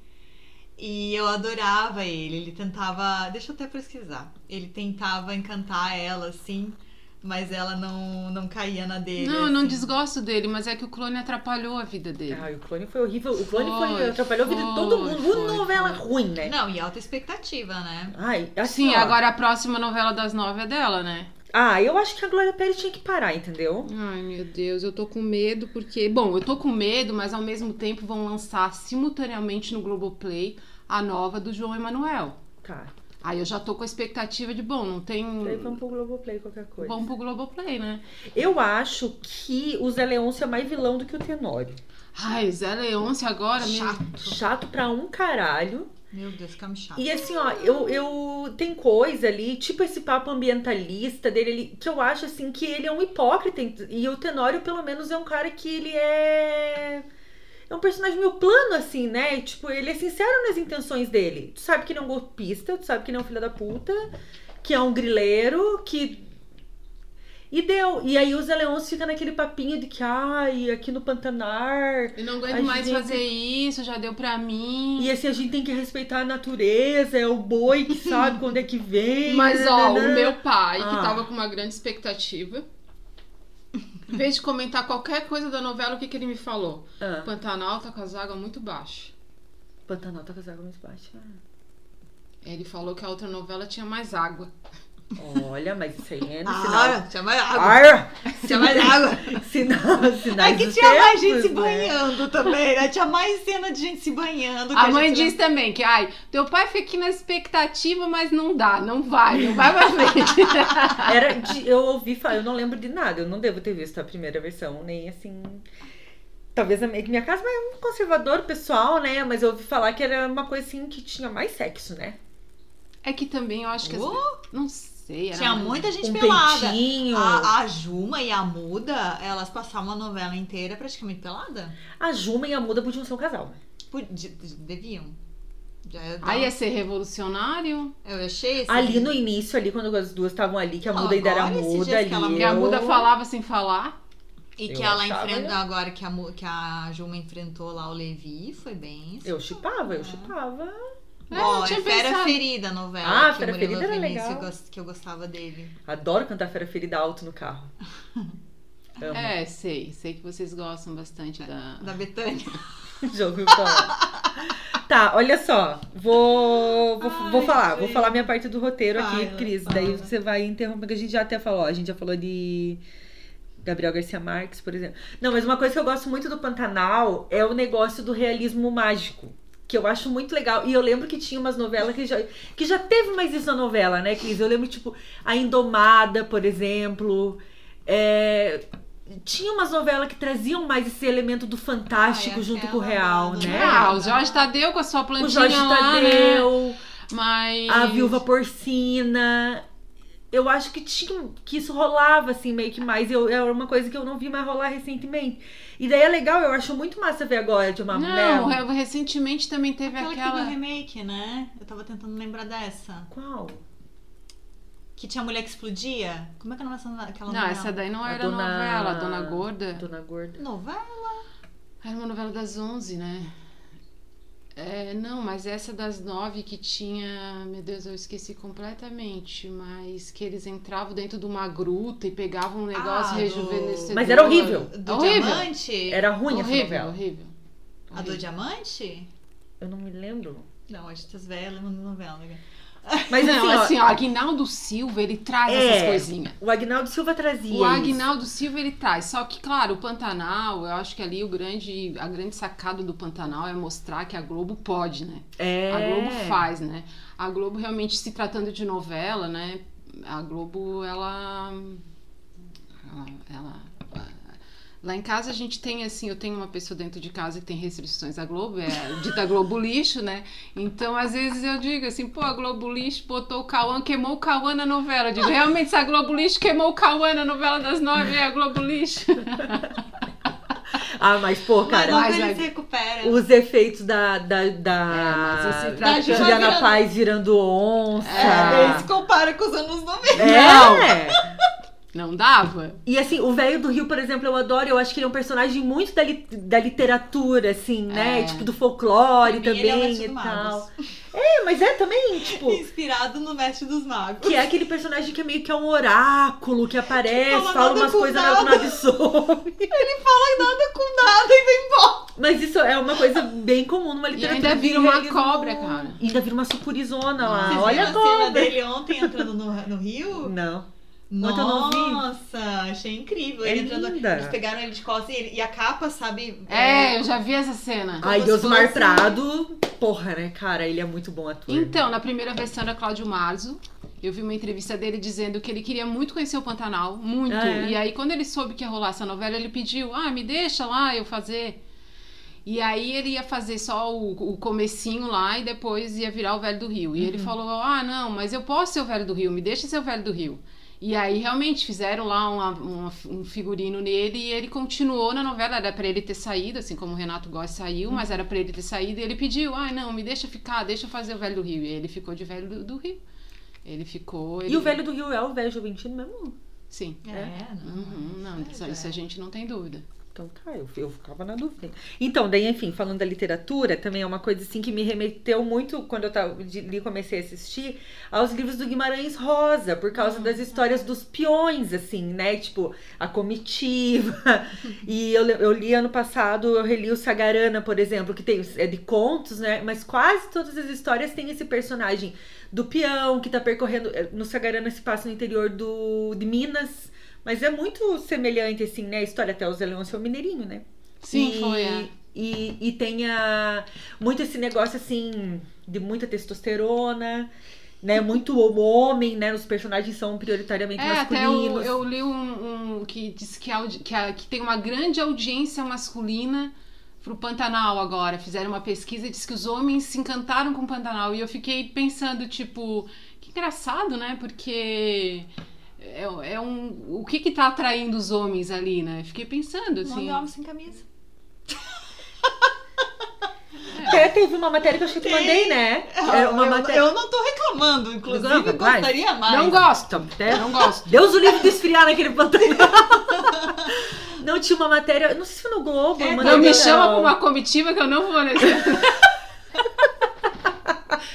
E eu adorava ele. Ele tentava. Deixa eu até pesquisar. Ele tentava encantar ela, assim, mas ela não, não caía na dele. não, eu não assim. desgosto dele, mas é que o clone atrapalhou a vida dele. Ai, o clone foi horrível. O clone foi, Foi, atrapalhou a vida de todo foi, mundo. foi, Uma novela ruim, né? Não, e alta expectativa, né? Ai, assim, Sim, ó. agora a próxima novela das nove é dela, né? Ah, eu acho que a Glória Pérez tinha que parar, entendeu? Ai, meu Deus, eu tô com medo porque. Bom, eu tô com medo, mas ao mesmo tempo vão lançar simultaneamente no Globoplay a nova do João Emanuel. Tá. Aí eu já tô com a expectativa de, bom, não tem. Daí vamos pro um Globoplay, qualquer coisa. Vamos pro Globoplay, né? Eu acho que o Zé Leôncio é mais vilão do que o Tenório. Ai, Zé Leôncio agora, meu Chato pra um caralho. Meu Deus, fica me chato. E assim, ó, eu, eu. Tem coisa ali, tipo esse papo ambientalista dele ali, que eu acho assim que ele é um hipócrita. E o Tenório, pelo menos, é um cara que ele é. É um personagem meio plano, assim, né? Tipo, ele é sincero nas intenções dele. Tu sabe que ele é um golpista, tu sabe que ele é um filho da puta, que é um grileiro, que. E deu. E aí o Zé Leôncio fica naquele papinho de que, ai, aqui no Pantanar, Eu não aguento A mais gente- fazer isso, já deu pra mim. E assim, a gente tem que respeitar a natureza, é o boi que sabe quando é que vem. Mas ó, nananã. o meu pai, que Ah. tava com uma grande expectativa, em vez de comentar qualquer coisa da novela, o que, que ele me falou? Ah, Pantanal tá com as águas muito baixas. Pantanal tá com as águas mais baixas. Ele falou que a outra novela tinha mais água. Olha, mas isso aí é no sinal. Ah, tinha mais água. Ar! Tinha mais água. Sinal, sinais É que dos tinha mais tempos, gente se né? banhando também, né? Tinha mais cena de gente se banhando. que a mãe gente disse também que, ai, teu pai fica aqui na expectativa, mas não dá, não vai, não vai pra frente. Era de- eu ouvi falar, eu não lembro de nada, eu não devo ter visto a primeira versão, nem assim. Talvez a minha, minha casa é um conservador pessoal, né? Mas eu ouvi falar que era uma coisa assim que tinha mais sexo, né? é que também eu acho que. as- Uh! Não sei, era. Tinha muita gente um pelada. peitinho. A, a Juma e a Muda, elas passavam a novela inteira praticamente pelada. A Juma e a Muda podiam ser um casal. Podi- Deviam. Já eu, tava- Aí ia ser revolucionário. eu achei esse é. Ali no início, ali, quando as duas estavam ali, que a Não, Muda ainda era agora, esses muda dias que ali. ela- E a eu- Muda falava sem falar. E que eu ela achava, enfrentou né? agora que a, Mu- que a Juma enfrentou lá o Levi, foi bem. Eu chipava, eu chipava. É, Ó, não tinha é Fera pensado. Ferida a novela. Ah, que Fera o Murilo Ferida era Vinícius legal. gos- que eu gostava dele. Adoro cantar Fera Ferida alto no carro. Amo. É, sei. Sei que vocês gostam bastante da. Da Betânia. Jogo falar. Tá, olha só. Vou, vou, vou Ai, falar. Vou gente. falar minha parte do roteiro aqui, Fala, Cris. fala. Daí você vai interromper, que a gente já até falou. A gente já falou de Gabriel Garcia Marques, por exemplo. Não, mas uma coisa que eu gosto muito do Pantanal é o negócio do realismo mágico. Que eu acho muito legal. E eu lembro que tinha umas novelas que já, que já teve mais isso na novela, né, Cris? Eu lembro, tipo, A Indomada, por exemplo. É, Tinha umas novelas que traziam mais esse elemento do fantástico Ai, junto com o aquela real, da- né? Ah, o Jorge Tadeu com a sua plantinha né? o Jorge lá, né? Tadeu, Mas... a Viúva Porcina. eu acho que tinha que isso rolava assim meio que mais eu era uma coisa que eu não vi mais rolar recentemente e daí é legal eu acho muito massa ver agora de uma Não, é mulher eu- recentemente também teve Aquela, aquela. que do remake, né? Eu tava tentando lembrar dessa. qual Que tinha a mulher que explodia. Como é que é o nome dessa aquela Não, novela? essa daí não A era dona- novela, a Dona Gorda. Dona Gorda Novela? Era uma novela das 11, né? É, não, mas essa das nove que tinha. Meu Deus, eu esqueci completamente. Mas que eles entravam dentro de uma gruta e pegavam um negócio Ah, do- rejuvenescedor. Mas era horrível. Do horrível. diamante? era ruim essa horrível, novela horrível. A do diamante? eu não me lembro Não, a gente tá velha, não novela. né? mas não, assim, ó, assim, ó, Agnaldo Silva, ele traz É. essas coisinhas. o Agnaldo Silva trazia O isso. Agnaldo Silva ele traz, só que claro, o Pantanal, eu acho que ali o grande, a grande sacada do Pantanal é mostrar que a Globo pode, né? é A Globo faz, né? A Globo realmente se tratando de novela, né? A Globo ela ela, ela- lá em casa a gente tem assim, eu tenho uma pessoa dentro de casa que tem restrições à Globo, é a dita Globo lixo, né? Então às vezes eu digo assim, pô, a Globo lixo botou o Cauã, queimou o Cauã na novela. Eu digo, realmente se a Globo lixo queimou o Cauã na novela das nove, é a Globo lixo. ah mas pô cara Logo mas ele a- se recupera. os efeitos da da É, da, mas esse da trato- Juliana Virando- Paz virando onça É, ele se compara com os anos 90. é. Não dava? E assim, o velho do Rio, por exemplo, eu adoro, eu acho que ele é um personagem muito da, li- da literatura, assim, né? É. Tipo, do folclore Pra mim, ele é o um também Mestre e do tal. assim. Magos. É, mas é também, tipo, Inspirado no Mestre dos Magos. que é aquele personagem que é meio que é um oráculo, que aparece, fala fala nada umas com coisas na nada. nada e some. Nada com nada e vem embora. Mas isso é uma coisa bem comum numa E literatura. ainda vira uma realismo. cobra, cara. E ainda vira uma sucurizona lá. Vocês Ah, Olha a viram a cena cobra. dele ontem entrando no, no rio? Não. Ontem eu não vi. Nossa, achei incrível. É Ele entrando, linda. eles pegaram ele de costas e, ele- e a capa, sabe? É, eu já vi essa cena. Ai, Como se Osmar fosse- Prado, porra, né, cara? Ele é muito bom ator. Então, na primeira versão era Cláudio Marzo. Eu vi uma entrevista dele dizendo que ele queria muito conhecer o Pantanal, muito. Ah, é? E aí, quando ele soube que ia rolar essa novela, ele pediu: ah, me deixa lá eu fazer. E aí ele ia fazer só o, o comecinho lá e depois ia virar o Velho do Rio. E Uhum. ele falou: ah, não, mas eu posso ser o Velho do Rio, me deixa ser o Velho do Rio. E aí, realmente, fizeram lá uma- uma- um figurino nele e ele continuou na novela. Era pra ele ter saído, assim como o Renato Góes saiu, mas era pra ele ter saído. E ele pediu: ai, não, me deixa ficar, deixa eu fazer o Velho do Rio. E ele ficou de Velho do, do Rio. Ele ficou. ele- E o velho do Rio é o velho Juventino mesmo? Sim. É, não. Uhum, não, isso, é. isso a gente não tem dúvida. Então tá, eu, eu ficava na dúvida. Então, daí, enfim, falando da literatura, também é uma coisa assim que me remeteu muito quando eu tava, de, li, comecei a assistir aos livros do Guimarães Rosa, por causa das histórias dos peões, assim, né? Tipo, a comitiva. e eu, le- eu li ano passado, eu reli o Sagarana, por exemplo, que tem, é de contos, né? Mas quase todas as histórias têm esse personagem do peão que tá percorrendo. é, No Sagarana se passa no interior do, de Minas. Mas é muito semelhante, assim, né? A história até o Zé Leôncio é o mineirinho, né? Sim, E- foi. É. E, e tem a- muito esse negócio, assim, de muita testosterona, né? Muito o homem, né? Os personagens são prioritariamente É, até eu, masculinos. eu li um, um que diz que, a audi- que, a- que tem uma grande audiência masculina pro Pantanal agora. Fizeram uma pesquisa e diz que os homens se encantaram com o Pantanal. E eu fiquei pensando, tipo, que engraçado, né? Porque é, é um. O que que tá atraindo os homens ali, né? Fiquei pensando, Um assim. homem sem camisa. Até teve uma matéria que eu acho que eu te Tem. mandei, né? Era uma Ah, eu, matéria. eu não tô reclamando, inclusive Não, vai. gostaria mais. Não gosto, né? não gosto. Deus o livre de esfriar naquele pantanal. não tinha uma matéria. Não sei se foi no Globo. É, eu mandei Não me pra- chama pra uma comitiva que eu não vou nesse.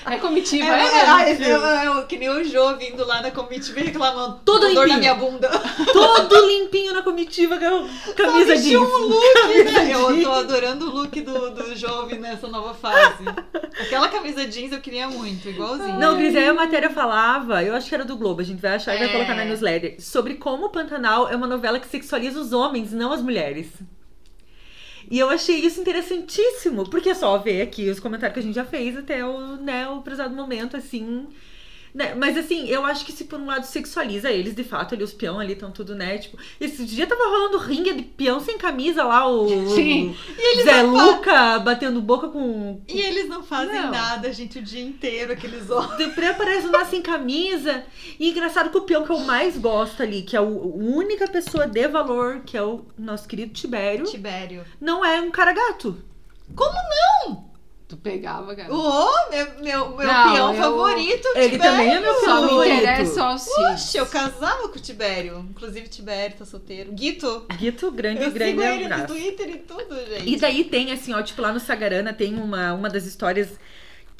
É É, comitiva, é? é, né? é, é, é, é, que nem o Jô vindo lá na comitiva e reclamando. Todo com dor na limpinho. minha bunda. Todo limpinho na comitiva, com camisa vestiu jeans. um look, né? Eu jeans. tô adorando o look do, do Jovem nessa nova fase. Aquela camisa jeans eu queria muito, igualzinho. Não, Cris, aí a matéria falava, eu acho que era do Globo, a gente vai achar e vai É. colocar na newsletter, sobre como o Pantanal é uma novela que sexualiza os homens, não as mulheres. E eu achei isso interessantíssimo, porque é só ver aqui os comentários que a gente já fez até o, né, o prezado momento, assim, Né, Mas assim, eu acho que se por um lado sexualiza eles, de fato, ali, os peão ali estão tudo, né? Tipo, esse dia tava rolando rinha de peão sem camisa lá, o, Sim. o Zé Luca batendo boca com, E eles não fazem Não. nada, gente, o dia inteiro, aqueles homens. Sempre aparece o Nas sem camisa. E engraçado que o peão que eu mais gosto ali, que é o- a única pessoa de valor, que é o nosso querido Tibério, Tibério. não é um cara gato. Tu pegava, cara. Oh, meu, meu, meu Não, peão eu- favorito, Ele Tibério. também é meu Só me favorito. interessa ó, sim. Oxe, eu casava com o Tibério. Inclusive, o Tibério tá solteiro. Guito, Guito, grande, eu grande sigo ele no abraço. Twitter e tudo, gente. E daí tem, assim, ó, tipo, lá no Sagarana tem uma, uma das histórias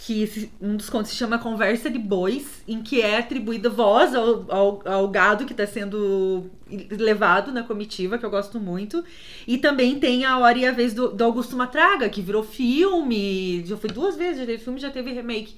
que se- um dos contos se chama Conversa de Bois, em que é atribuída voz ao, ao, ao gado que tá sendo levado na comitiva, que eu gosto muito. E também tem a hora e a vez do, do Augusto Matraga, que virou filme, já foi duas vezes, já teve filme, já teve remake.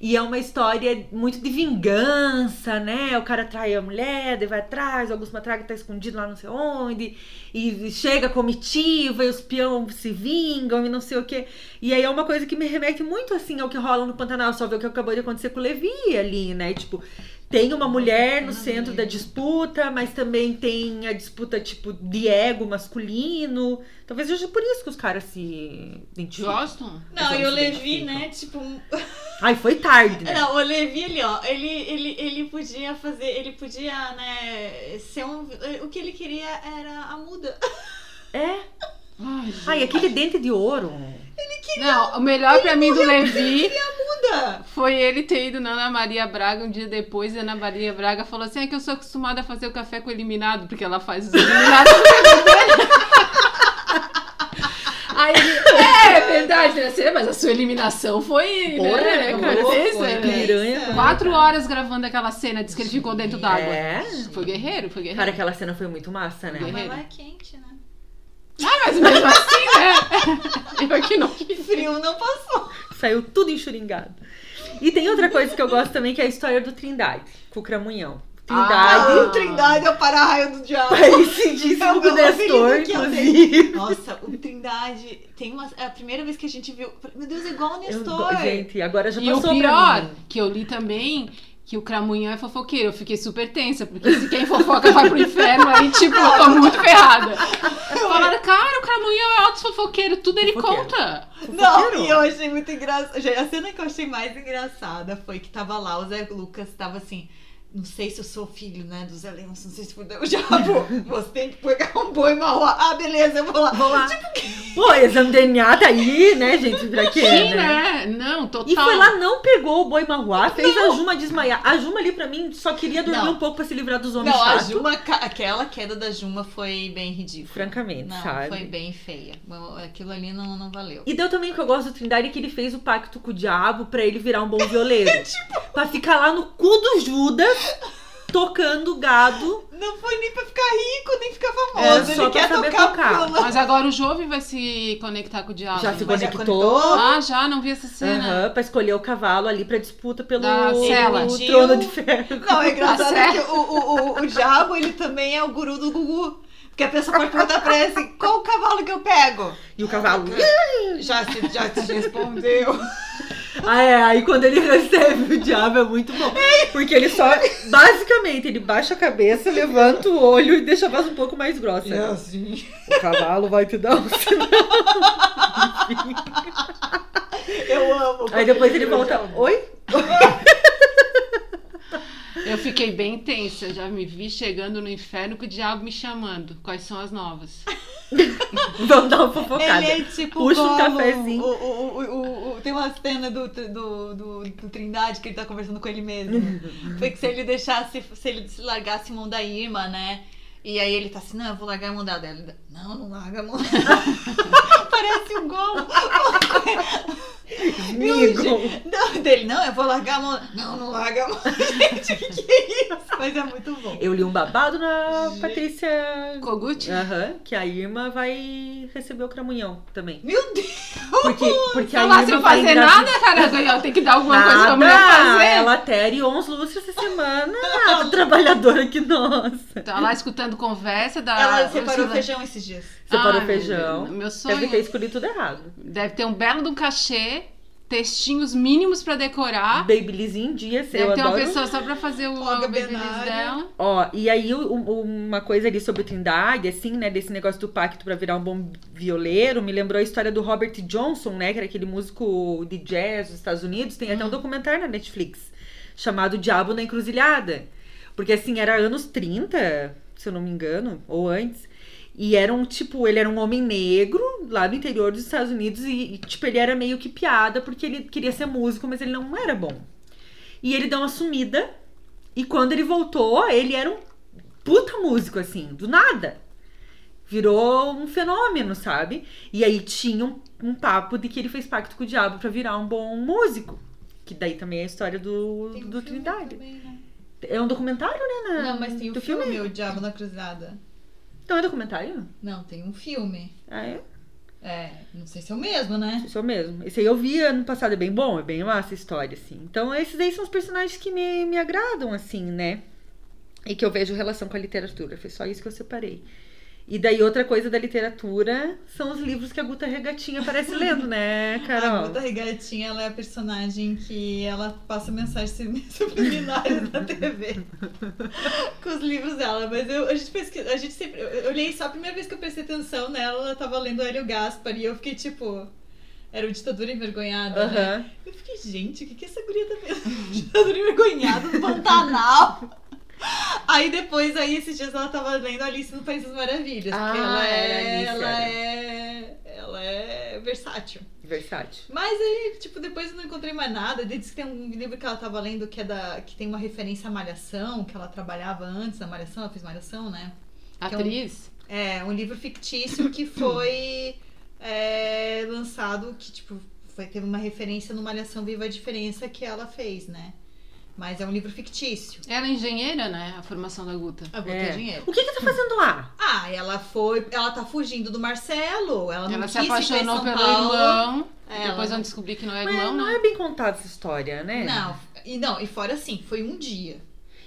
E é uma história muito de vingança, né? O cara trai a mulher, daí vai atrás, o Augusto Matraga tá escondido lá não sei onde e chega a comitiva e os peão se vingam e não sei o que E aí é uma coisa que me remete muito assim ao que rola no Pantanal, só ver o que acabou de acontecer com o Levi ali, né? Tipo, tem uma mulher no centro da disputa, mas também tem a disputa tipo de ego masculino. Talvez seja por isso que os caras se identificam. Gostam? Não, Eles e o se Levi, identificam. né? Tipo, um- Ai, foi tarde, né? não, o Levi ele, ó, ele, ele, ele podia fazer, ele podia, né, ser um. O que ele queria era a muda. É. Ai, gente. Ai, aquele dente de ouro. Não, o melhor pra mim do Levi Muda! foi ele ter ido na Ana Maria Braga um dia depois e a Ana Maria Braga falou assim: é que eu sou acostumada a fazer o café com eliminado, porque ela faz os eliminados. no programa dela." Aí ele, é, é verdade, né? Cê, Mas a sua eliminação foi. Porra, né, né, cara? cara? Vocês, Foi, né? né? Piranha. Quatro horas gravando aquela cena, diz que ele ficou dentro d'água. É. Foi guerreiro, foi guerreiro. Cara, aquela cena foi muito massa, né? Foi. Mas lá é quente, né? Ah, mas mesmo assim, né? Eu aqui não. Frio não passou. Saiu tudo enxuringado. E tem outra coisa que eu gosto também, que é a história do Trindade, com o Cramunhão. Trindade, Ah. O Trindade é o para-raio do diabo. É o parecidíssimo com o meu Nestor, apelido que eu inclusive. Nossa, o Trindade tem uma. É a primeira vez que a gente viu. Meu Deus, é igual o Eu Nestor. go- gente, agora já E o passou pra pior, mim. que eu li também, que o Cramunhão é fofoqueiro. Eu fiquei super tensa, porque se quem fofoca vai pro inferno, aí, tipo, eu tô muito ferrada. Falaram, cara, o Cramunhão é alto fofoqueiro, tudo ele Fofoqueiro. conta. Não, Fofoqueiro. e eu achei muito engraçado. A cena que eu achei mais engraçada foi que tava lá, o Zé Lucas tava assim. Não sei se eu sou filho, né, do Zé Leôncio, não sei se fudeu o diabo. Você tem que pegar um boi marrom. Ah, beleza, eu vou lá. Vamos lá. tipo Pô, exame de DNA tá aí, né, gente? Pra quê, Sim, né? né? Não, total. E foi lá, não pegou o boi marruá, fez a Juma desmaiar. A Juma ali, pra mim, só queria dormir Não. um pouco pra se livrar dos homens Não, a chatos. Juma, ca- aquela queda da Juma foi bem ridícula. Francamente, não, sabe? foi bem feia. Aquilo ali não, não valeu. E deu também o que eu gosto do Trindade é que ele fez o pacto com o diabo pra ele virar um bom violeiro. Tipo, Pra ficar lá no cu do Judas, tocando gado. Não foi nem pra ficar rico, nem ficar É, famoso. só Ele pra quer saber tocar, tocar. violão. Mas agora o Jovem vai se conectar com o diabo. já se né? Mas já conectou. conectou? Ah, já? Não vi essa cena. Aham, pra escolher o cavalo ali pra disputa pelo Da cela. o trono de ferro. Não, é engraçado Tá é que o, o, o, o diabo, ele também é o guru do Gugu. Porque a pessoa pode perguntar pra ele assim, qual o cavalo que eu pego? E o cavalo. Já se, já se respondeu. Ah, é. Aí quando ele recebe o diabo é muito bom. Porque ele só. Basicamente, ele baixa a cabeça, levanta o olho e deixa a voz um pouco mais grossa. né? assim. O cavalo vai te dar um sinal. Enfim. Eu amo. Aí depois ele volta. Oi? Eu fiquei bem tensa, já me vi chegando no inferno com o diabo me chamando. Quais são as novas? É, Vamos dar uma fofocada. Ele é tipo Puxa Gollum. um cafezinho. O, o, o, o, o- tem uma cena do, do, do, do Trindade que ele tá conversando com ele mesmo. Foi que se ele deixasse, se ele se largasse mão da Irma, né? E aí ele tá assim, não, eu vou largar a mão dela. Ele, dá, não, não larga a mão dela. Parece um Gollum. Amigo. Não, dele, não, eu vou largar a mão. Não, não larga a mão. Gente, o que, que é isso? Mas é muito bom. Eu li um babado na Patrícia. Kogut? Aham, que a Irma vai receber o cramunhão também. Meu Deus! Porque, porque a Tá lá Irma sem vai fazer engravidar- nada, cara. Tem que dar alguma coisa pra mulher Nada! fazer. Ela tere 11 lustros essa semana. Ah, trabalhadora que nossa. Tá lá escutando conversa Ah, da. Ela separou Ursula- feijão esses dias. Separou Ai, feijão. Meu, meu Deve sonho. ter escolhido tudo errado. Deve ter um belo de um cachê. textinhos mínimos pra decorar. Babyliss em dia, Uhum. eu Ah. Deve ter uma adoro. pessoa só pra fazer o Olga o babyliss Benário. dela. Ó, e aí o- o- uma coisa ali sobre Trindade, assim, né, desse negócio do pacto pra virar um bom violeiro, me lembrou a história do Robert Johnson, né, que era aquele músico de jazz dos Estados Unidos, tem até um documentário na Netflix chamado Diabo na Encruzilhada. Porque assim, era anos 30, se eu não me engano, ou antes. E era um tipo, ele era um homem negro lá do interior dos Estados Unidos e, e, tipo, ele era meio que piada porque ele queria ser músico, mas ele não era bom. E ele deu uma sumida e quando ele voltou, ele era um puta músico, assim, do nada. Virou um fenômeno, sabe? E aí tinha um, um papo de que ele fez pacto com o diabo pra virar um bom músico. Que daí também é a história do, Tem um do filme Trindade. também, né? É um documentário, né? na- Não, mas tem o do filme, O Diabo na Cruzada. Então é documentário? Não, tem um filme. Ah, é? É, não sei se é o mesmo, né? Isso mesmo. Esse aí eu vi ano passado, é bem bom, é bem massa a história, assim. Então, esses aí são os personagens que me, me agradam, assim, né? E que eu vejo relação com a literatura. Foi só isso que eu separei. E daí, outra coisa da literatura são os livros que a Guta Regatinha aparece lendo, né, A Carol? Guta Regatinha, ela é a personagem que ela passa mensagens subliminares na TV. com os livros dela. Mas eu, a gente pesquisa, a gente sempre... Eu eu olhei só a primeira vez que eu prestei atenção nela, ela tava lendo Hélio Gaspar e eu fiquei tipo... Era o Ditadura Envergonhada, né? Aham. Eu fiquei, gente, o que, que essa guria tá pensando? Tá envergonhada no Pantanal. Aí depois, aí esses dias ela tava lendo Alice no País das Maravilhas. porque ela Ah, é. era Alice, ela era. é. Ela é versátil. Versátil. Mas aí, tipo, depois eu não encontrei mais nada. Ele disse que tem um livro que ela tava lendo que é da. que tem uma referência à malhação, que ela trabalhava antes da malhação, ela fez malhação, né? é um- Atriz? É, um livro fictício que foi é, lançado, que tipo, foi, teve uma referência no Malhação Viva a Diferença que ela fez, né? Mas é um livro fictício. Ela é engenheira, né? A formação da Guta. A Guta É. Dinheiro. O que que tá fazendo lá? Ah, ela foi. Ela tá fugindo do Marcelo. Ela não Ela se quis ficar em apaixonou São pelo Paulo. irmão. Ela- Depois vão descobrir que não é Mas irmão, não né? é bem contada essa história, né? Não, e não, e fora assim, foi um dia.